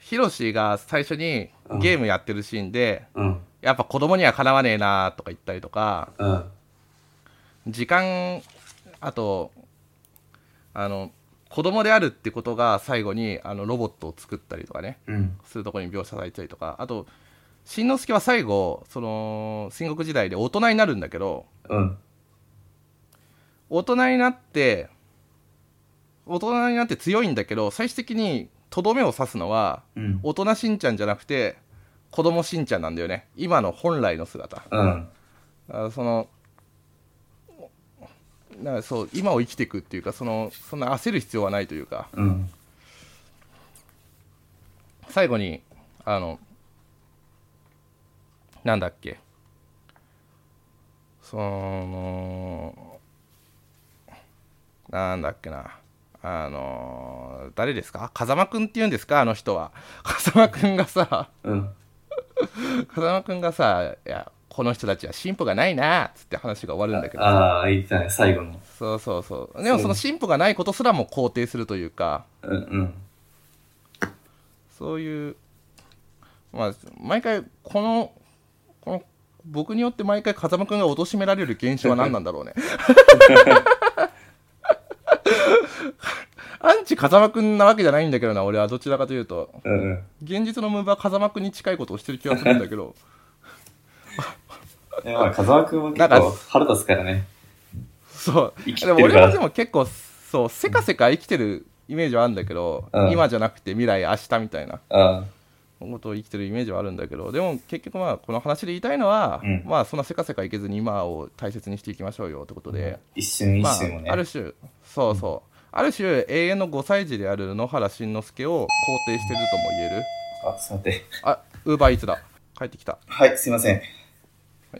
Speaker 1: ヒロシが最初にゲームやってるシーンで、
Speaker 2: うん。
Speaker 1: やっぱ子供にはかなわねえなとか言ったりとか
Speaker 2: うん。
Speaker 1: 時間あとあの子供であるってことが最後にあのロボットを作ったりとかね
Speaker 2: うん。
Speaker 1: するところに描写されたりとかあとしんのすけは最後その戦国時代で大人になるんだけど
Speaker 2: うん。
Speaker 1: 大人になって大人になって強いんだけど最終的にとどめを刺すのは
Speaker 2: うん。
Speaker 1: 大人しんちゃんじゃなくて子供しんちゃんなんだよね今の本来の姿
Speaker 2: うん。
Speaker 1: あそのだからそう今を生きていくっていうかそのそんな焦る必要はないというか
Speaker 2: うん。
Speaker 1: 最後にあのなんだっけそのなんだっけなあの誰ですか風間くんって言うんですかあの人は 風間くんがさ
Speaker 2: うん。
Speaker 1: 風間くんがさいやこの人たちは進歩がないなっつって話が終わるんだけど
Speaker 2: ああ、言ってたね、最後の。
Speaker 1: そうそうそうでもその進歩がないことすらも肯定するというか
Speaker 2: うん。うん。
Speaker 1: そういう、まあ、毎回この、この、僕によって毎回風間くんが貶められる現象は何なんだろうね。 アンチ風間くんなわけじゃないんだけどな、俺はどちらかというと。
Speaker 2: うん。うん
Speaker 1: 現実のムーブは風間くんに近いことをしてる気がするんだけど、
Speaker 2: いやまあ、風間君は結
Speaker 1: なん
Speaker 2: 構
Speaker 1: か
Speaker 2: 腹立つからね。
Speaker 1: そう。
Speaker 2: 生きて
Speaker 1: でも
Speaker 2: るから
Speaker 1: 俺はでも結構、そう、せかせか生きてるイメージはあるんだけど、
Speaker 2: うん
Speaker 1: 今じゃなくて未来、明日みたいな。
Speaker 2: あ
Speaker 1: ことを生きてるイメージはあるんだけどでも結局まあこの話で言いたいのは、
Speaker 2: うん
Speaker 1: まあそんなせかせかいけずに今を大切にしていきましょうよってことで、
Speaker 2: 一瞬一
Speaker 1: まあ
Speaker 2: 瞬もね。
Speaker 1: ある種そうそう、ある種永遠の5歳児である野原しんのすけを肯定してるとも言える
Speaker 2: あ、ちょっと待って。
Speaker 1: あウーバーイーツだ帰ってきた
Speaker 2: はい、すいません。
Speaker 1: い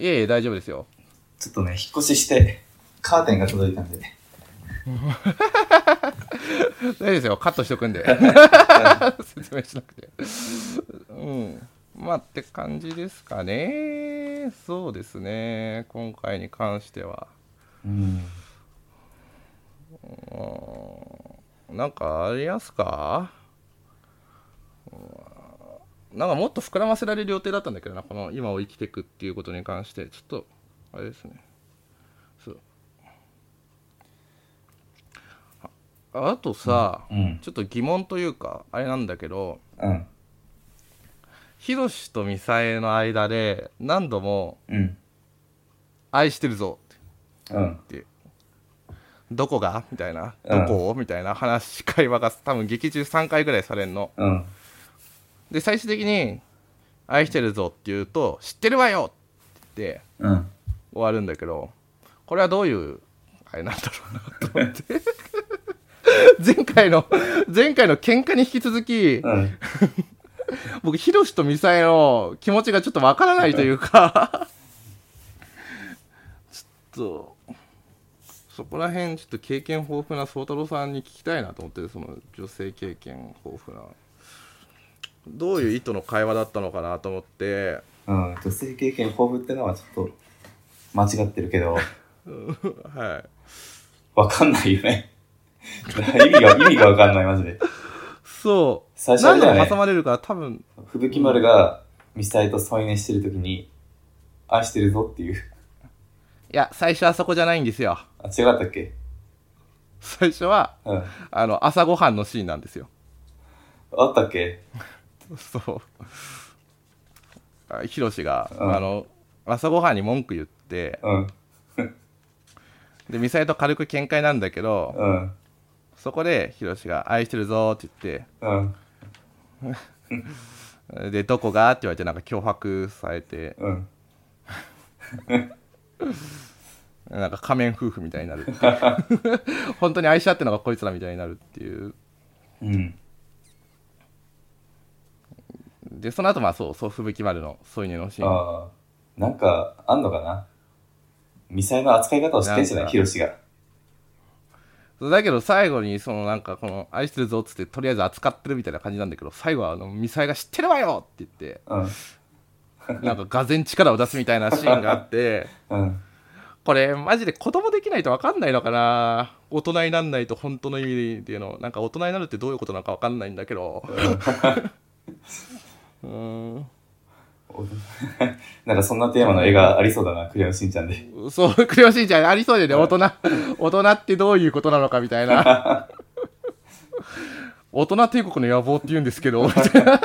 Speaker 1: えいえ大丈夫ですよ
Speaker 2: ちょっとね、引っ越しして、カーテンが届いたんで。
Speaker 1: 大丈夫ですよカットしとくんで 説明しなくてうんまあって感じですかねそうですね今回に関しては
Speaker 2: うん。
Speaker 1: うんなんかありますかうんなんかもっと膨らませられる予定だったんだけどなこの今を生きていくっていうことに関してちょっとあれですねそうああとさ、
Speaker 2: うん。
Speaker 1: ちょっと疑問というかあれなんだけど
Speaker 2: うん。
Speaker 1: ヒロシとミサエの間で何度も
Speaker 2: うん。
Speaker 1: 「愛してるぞ」
Speaker 2: うん。
Speaker 1: どこがみたいな
Speaker 2: うん
Speaker 1: どこをみたいな話会話が多分劇中3回ぐらいされんの
Speaker 2: うん。
Speaker 1: で最終的に「愛してるぞ」って言うと「知ってるわよ!」って
Speaker 2: うん。
Speaker 1: 終わるんだけどこれはどういうあれなんだろうなと思って 前回の前回の喧嘩に引き続き
Speaker 2: うん。
Speaker 1: 僕、ヒロシとミサエの気持ちがちょっとわからないというか、ちょっと、そこら辺、ちょっと経験豊富な宗太郎さんに聞きたいなと思って、その女性経験豊富な。どういう意図の会話だったのかなと思 って、
Speaker 2: うん、女性経験豊富ってのはちょっと間違ってるけど、
Speaker 1: はい。
Speaker 2: わかんないよね。 意味が、意味がわかんない、マジで。
Speaker 1: そう。
Speaker 2: 最初あれ
Speaker 1: 何
Speaker 2: だよね
Speaker 1: 度も挟まれるから多分、
Speaker 2: 吹雪丸がミサイと添い寝してるときに、愛してるぞっていう。
Speaker 1: いや、最初はそこじゃないんですよ。
Speaker 2: あ、違かったっけ
Speaker 1: 最初は、
Speaker 2: うん。
Speaker 1: あの、朝ごはんのシーンなんですよ。
Speaker 2: あったっけ
Speaker 1: そう。あヒロシが、
Speaker 2: うん
Speaker 1: あの、朝ごはんに文句言って、
Speaker 2: うん。
Speaker 1: で、ミサイと軽く見解なんだけど、
Speaker 2: うん。
Speaker 1: そこでヒロシが、愛してるぞーって言
Speaker 2: う
Speaker 1: っ
Speaker 2: ん。
Speaker 1: て、で、どこがって言われて、なんか脅迫されて、
Speaker 2: うん。
Speaker 1: なんか仮面夫婦みたいになるっていう 本当に愛し合ってるのがこいつらみたいになるっていう。
Speaker 2: うん。
Speaker 1: で、その後、まあそう、そう、吹雪丸の添い寝のシーン。
Speaker 2: ああ。なんか、あんのかなミサイの扱い方を知ってんじゃ
Speaker 1: な
Speaker 2: な
Speaker 1: いんか
Speaker 2: ヒロシが。
Speaker 1: そうだけど最後にそのなんかこの「愛してるぞ」っつってとりあえず扱ってるみたいな感じなんだけど最後はあのミサイが「知ってるわよ!」って言っ
Speaker 2: う
Speaker 1: て
Speaker 2: ん。
Speaker 1: なんかがぜん力を出すみたいなシーンがあって
Speaker 2: うん。
Speaker 1: これマジで子供できないと分かんないのかな大人になんないと本当の意味でのなんか大人になるってどういうことなのか分かんないんだけどうーん
Speaker 2: おなんかそんなテーマの絵がありそうだな、クレヨンしんちゃんで。
Speaker 1: そう「クレヨンしんちゃん」ありそうだよね大人 大人ってどういうことなのかみたいな大人帝国の野望って言うんですけどみたいな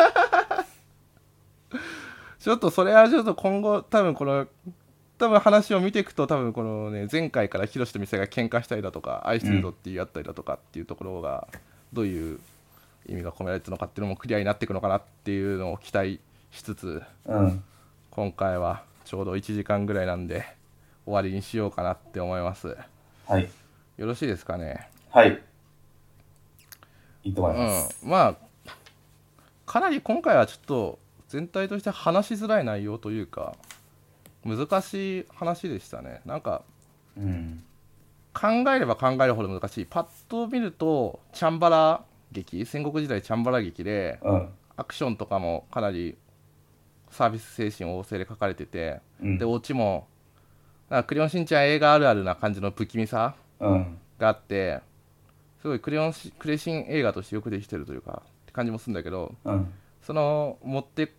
Speaker 1: ちょっとそれはちょっと今後多分この多分話を見ていくと多分このね前回からヒロシとミサイが喧嘩したりだとか愛してるぞって言い合ったりだとかっていうところがどういう意味が込められてるのかっていうのもクリアになっていくのかなっていうのを期待しつつ
Speaker 2: うん。
Speaker 1: 今回はちょうど1時間ぐらいなんで終わりにしようかなって思いますよ
Speaker 2: はい。
Speaker 1: ろしいですかね
Speaker 2: はい。いいと思います。
Speaker 1: うんまあかなり今回はちょっと全体として話しづらい内容というか難しい話でしたねなんか
Speaker 2: うん。
Speaker 1: 考えれば考えるほど難しいパッと見るとチャンバラ劇戦国時代チャンバラ劇で
Speaker 2: うん。
Speaker 1: アクションとかもかなりサービス精神旺盛で書かれてて
Speaker 2: うん
Speaker 1: で、オチも、なんかクレヨンしんちゃん映画あるあるな感じの不気味さ
Speaker 2: うん。
Speaker 1: があって、すごいクレヨンしクレシン映画としてよくできてるというか、って感じもするんだけど、
Speaker 2: うん。
Speaker 1: その、持って、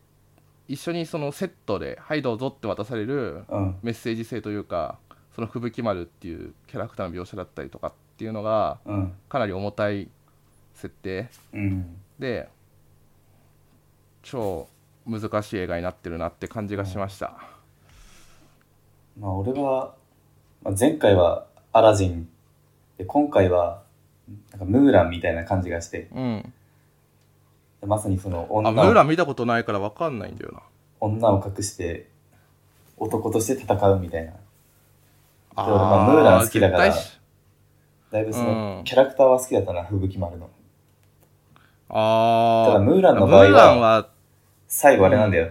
Speaker 1: 一緒にそのセットで、はいどうぞって渡される
Speaker 2: うん。
Speaker 1: メッセージ性というか、その吹雪丸っていうキャラクターの描写だったりとかっていうのが、
Speaker 2: うん。
Speaker 1: かなり重たい設定
Speaker 2: うん。
Speaker 1: で、超難しい映画になってるなって感じがしました。
Speaker 2: まあ、俺は、まあ、前回はアラジン、で、今回は、なんかムーランみたいな感じがして、
Speaker 1: うん
Speaker 2: でまさにその
Speaker 1: あ、
Speaker 2: 女
Speaker 1: ムーラ
Speaker 2: を
Speaker 1: ン見たことないから分かんないんだよな。
Speaker 2: 女を隠して、男として戦うみたいな。
Speaker 1: あ
Speaker 2: 俺まあムーラン好きだから
Speaker 1: 絶対し
Speaker 2: だいぶその、
Speaker 1: うん
Speaker 2: キャラクターは好きだったな、吹雪丸の。
Speaker 1: あー
Speaker 2: ただムーランの場合は
Speaker 1: ムーランは、
Speaker 2: 最後あれなんだよ。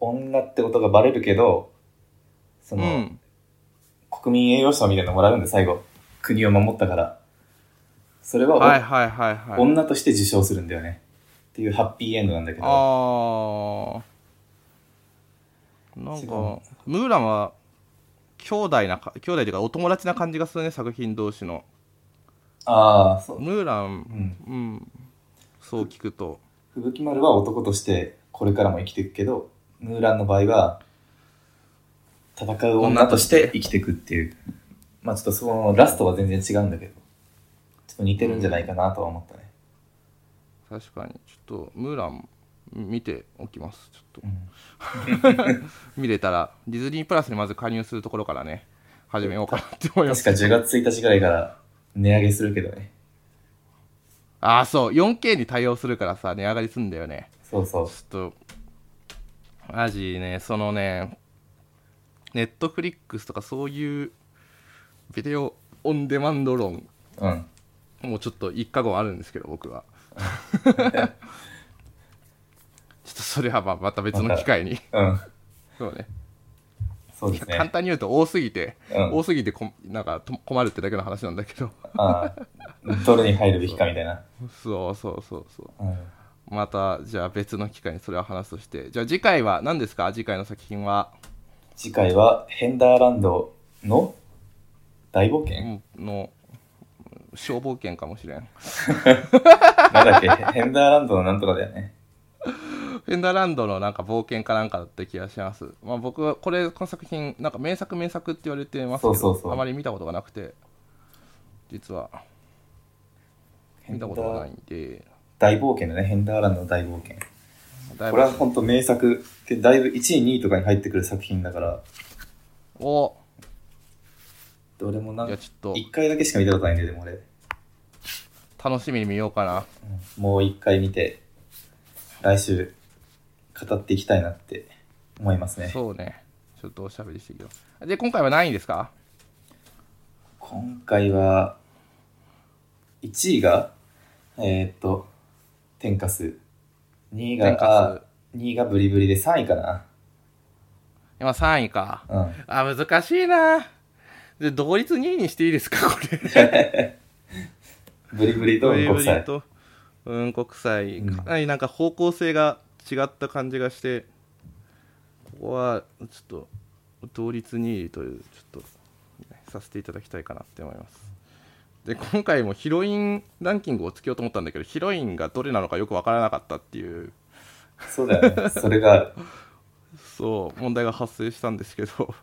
Speaker 2: 女ってことがバレるけど、そうの、
Speaker 1: ん。
Speaker 2: 国民栄養賞みたいなのもらうんで、最後。国を守ったから。それはお、
Speaker 1: はいはいはいはい。
Speaker 2: 女として受賞するんだよね。っていうハッピーエンドなんだけど。
Speaker 1: あー。なん
Speaker 2: 違う
Speaker 1: か、ムーランは、兄弟なか、兄弟というかお友達な感じがするね、作品同士の。
Speaker 2: ああ、そう。
Speaker 1: ムーラ
Speaker 2: う
Speaker 1: ン、
Speaker 2: ん。
Speaker 1: うん。そう聞くと。
Speaker 2: 吹雪丸は男としてこれからも生きていくけど、ムーランの場合は、戦う女として生きていくっていう。まあちょっとそのラストは全然違うんだけど、ちょっと似てるんじゃないかなとは思ったね。
Speaker 1: 確かに。ちょっと、ムーラン、見ておきます。ちょっと。
Speaker 2: うん
Speaker 1: 見れたら、ディズニープラスにまず加入するところからね、始めようかなって思います
Speaker 2: 確。か10月1日ぐらいから値上げするけどね。
Speaker 1: ああ、そう、4K に対応するからさ、値上がりすんだよね。
Speaker 2: そうそう。
Speaker 1: ちょっと、マジね、そのね、ネットフリックスとかそういうビデオオンデマンド論、
Speaker 2: うん。
Speaker 1: もうちょっと一過後あるんですけど、僕は。っとそれはまあまた別の機会に。
Speaker 2: うん。
Speaker 1: そうね。
Speaker 2: そうです
Speaker 1: 簡
Speaker 2: ね。
Speaker 1: 単に言うと多すぎて、
Speaker 2: うん
Speaker 1: 多すぎてこなんかと困るってだけの話なんだけど。
Speaker 2: ああ、どれに入るべきかみたいな。
Speaker 1: そうそうそうそう。
Speaker 2: うん。
Speaker 1: また、じゃあ別の機会にそれは話すとして。じゃあ次回は何ですか次回の作品は。
Speaker 2: 次回は、ヘンダーランドの大冒険、
Speaker 1: うんの、消防犬かもしれん。
Speaker 2: なんだっけ、ヘンダーランドのなんとかだよね。
Speaker 1: フェンダーランドのなんか冒険かなんかだった気がします。まあ僕はこれ、この作品、なんか名作名作って言われてますけど、
Speaker 2: そうそうそう
Speaker 1: あまり見たことがなくて、実は見たことがないんで、
Speaker 2: 大冒険だね、ヘンダーランドの大冒険。
Speaker 1: だい
Speaker 2: こ
Speaker 1: ぶ
Speaker 2: れは本当名作で、だいぶ1位、2位とかに入ってくる作品だから、
Speaker 1: お
Speaker 2: どれもなん
Speaker 1: じゃ
Speaker 2: か
Speaker 1: あ、ちょっ
Speaker 2: 1回だけしか見たことないんで、でも俺、
Speaker 1: と楽しみに見ようかな。
Speaker 2: もう1回見て、来週、語っていきたいなって思いますね。
Speaker 1: そうね。ちょっとおしゃべりしていきます。で、今回は何位ですか
Speaker 2: 今回は、1位が、えー、っと、天かす。2
Speaker 1: 天
Speaker 2: 位が
Speaker 1: か、
Speaker 2: 2位がブリブリで3位かな。
Speaker 1: 今3位か。
Speaker 2: うん。
Speaker 1: あ、難しいな。で、同率2位にしていいですかこれ。
Speaker 2: ブリブリと
Speaker 1: ブ
Speaker 2: 国
Speaker 1: リブリ
Speaker 2: 際。
Speaker 1: とうん国際
Speaker 2: うん
Speaker 1: かなりなんか方向性が違った感じがしてここはちょっと同率2位というちょっとさせていただきたいかなって思いますで今回もヒロインランキングをつけようと思ったんだけどヒロインがどれなのかよく分からなかったっていう
Speaker 2: そうだよね。それが、
Speaker 1: そう問題が発生したんですけど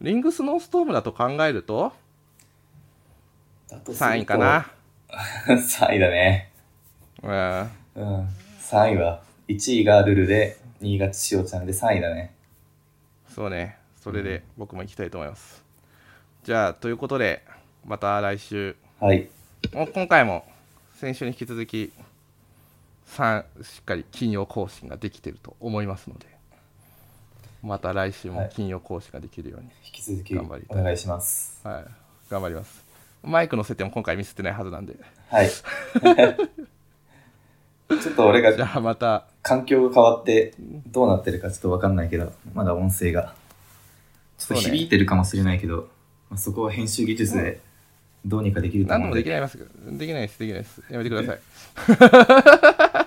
Speaker 1: リングスノーストームだと考えると
Speaker 2: だとすると
Speaker 1: 3位かな。
Speaker 2: 3位だね。
Speaker 1: うん
Speaker 2: うん。3位は、1位がルルで、2位が千代ちゃんで3位だね。
Speaker 1: そうね、それで僕も行きたいと思います。じゃあ、ということで、また来週、
Speaker 2: はい。
Speaker 1: お今回も先週に引き続き、さんしっかり金曜更新ができてると思いますので、また来週
Speaker 2: は
Speaker 1: も
Speaker 2: い
Speaker 1: 金曜更新ができるように、
Speaker 2: 引き続き、
Speaker 1: 頑張り
Speaker 2: お願いします。
Speaker 1: はい頑張ります。マイクの設定も今回ミスってないはずなんで、
Speaker 2: はい。 ちょっと俺
Speaker 1: じ
Speaker 2: が、
Speaker 1: ゃあまた、
Speaker 2: 環境が変わって、どうなってるかちょっとわかんないけど、まだ音声が、ちょっ
Speaker 1: そ
Speaker 2: と
Speaker 1: うね
Speaker 2: 響いてるかもしれないけど、まあ、そこは編集技術で、どうにかできると
Speaker 1: 何度
Speaker 2: 思う
Speaker 1: も
Speaker 2: の
Speaker 1: でき
Speaker 2: で、
Speaker 1: ないますけどできないです、できないです。やめてください。
Speaker 2: はい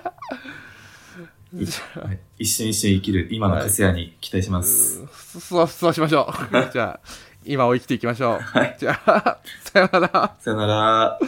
Speaker 2: 一瞬一瞬生きる、今のカスヤに期待します。
Speaker 1: そそう、そうしましょ う。じゃあ、今を生きていきましょう。じゃあ、さよなら。
Speaker 2: さよなら。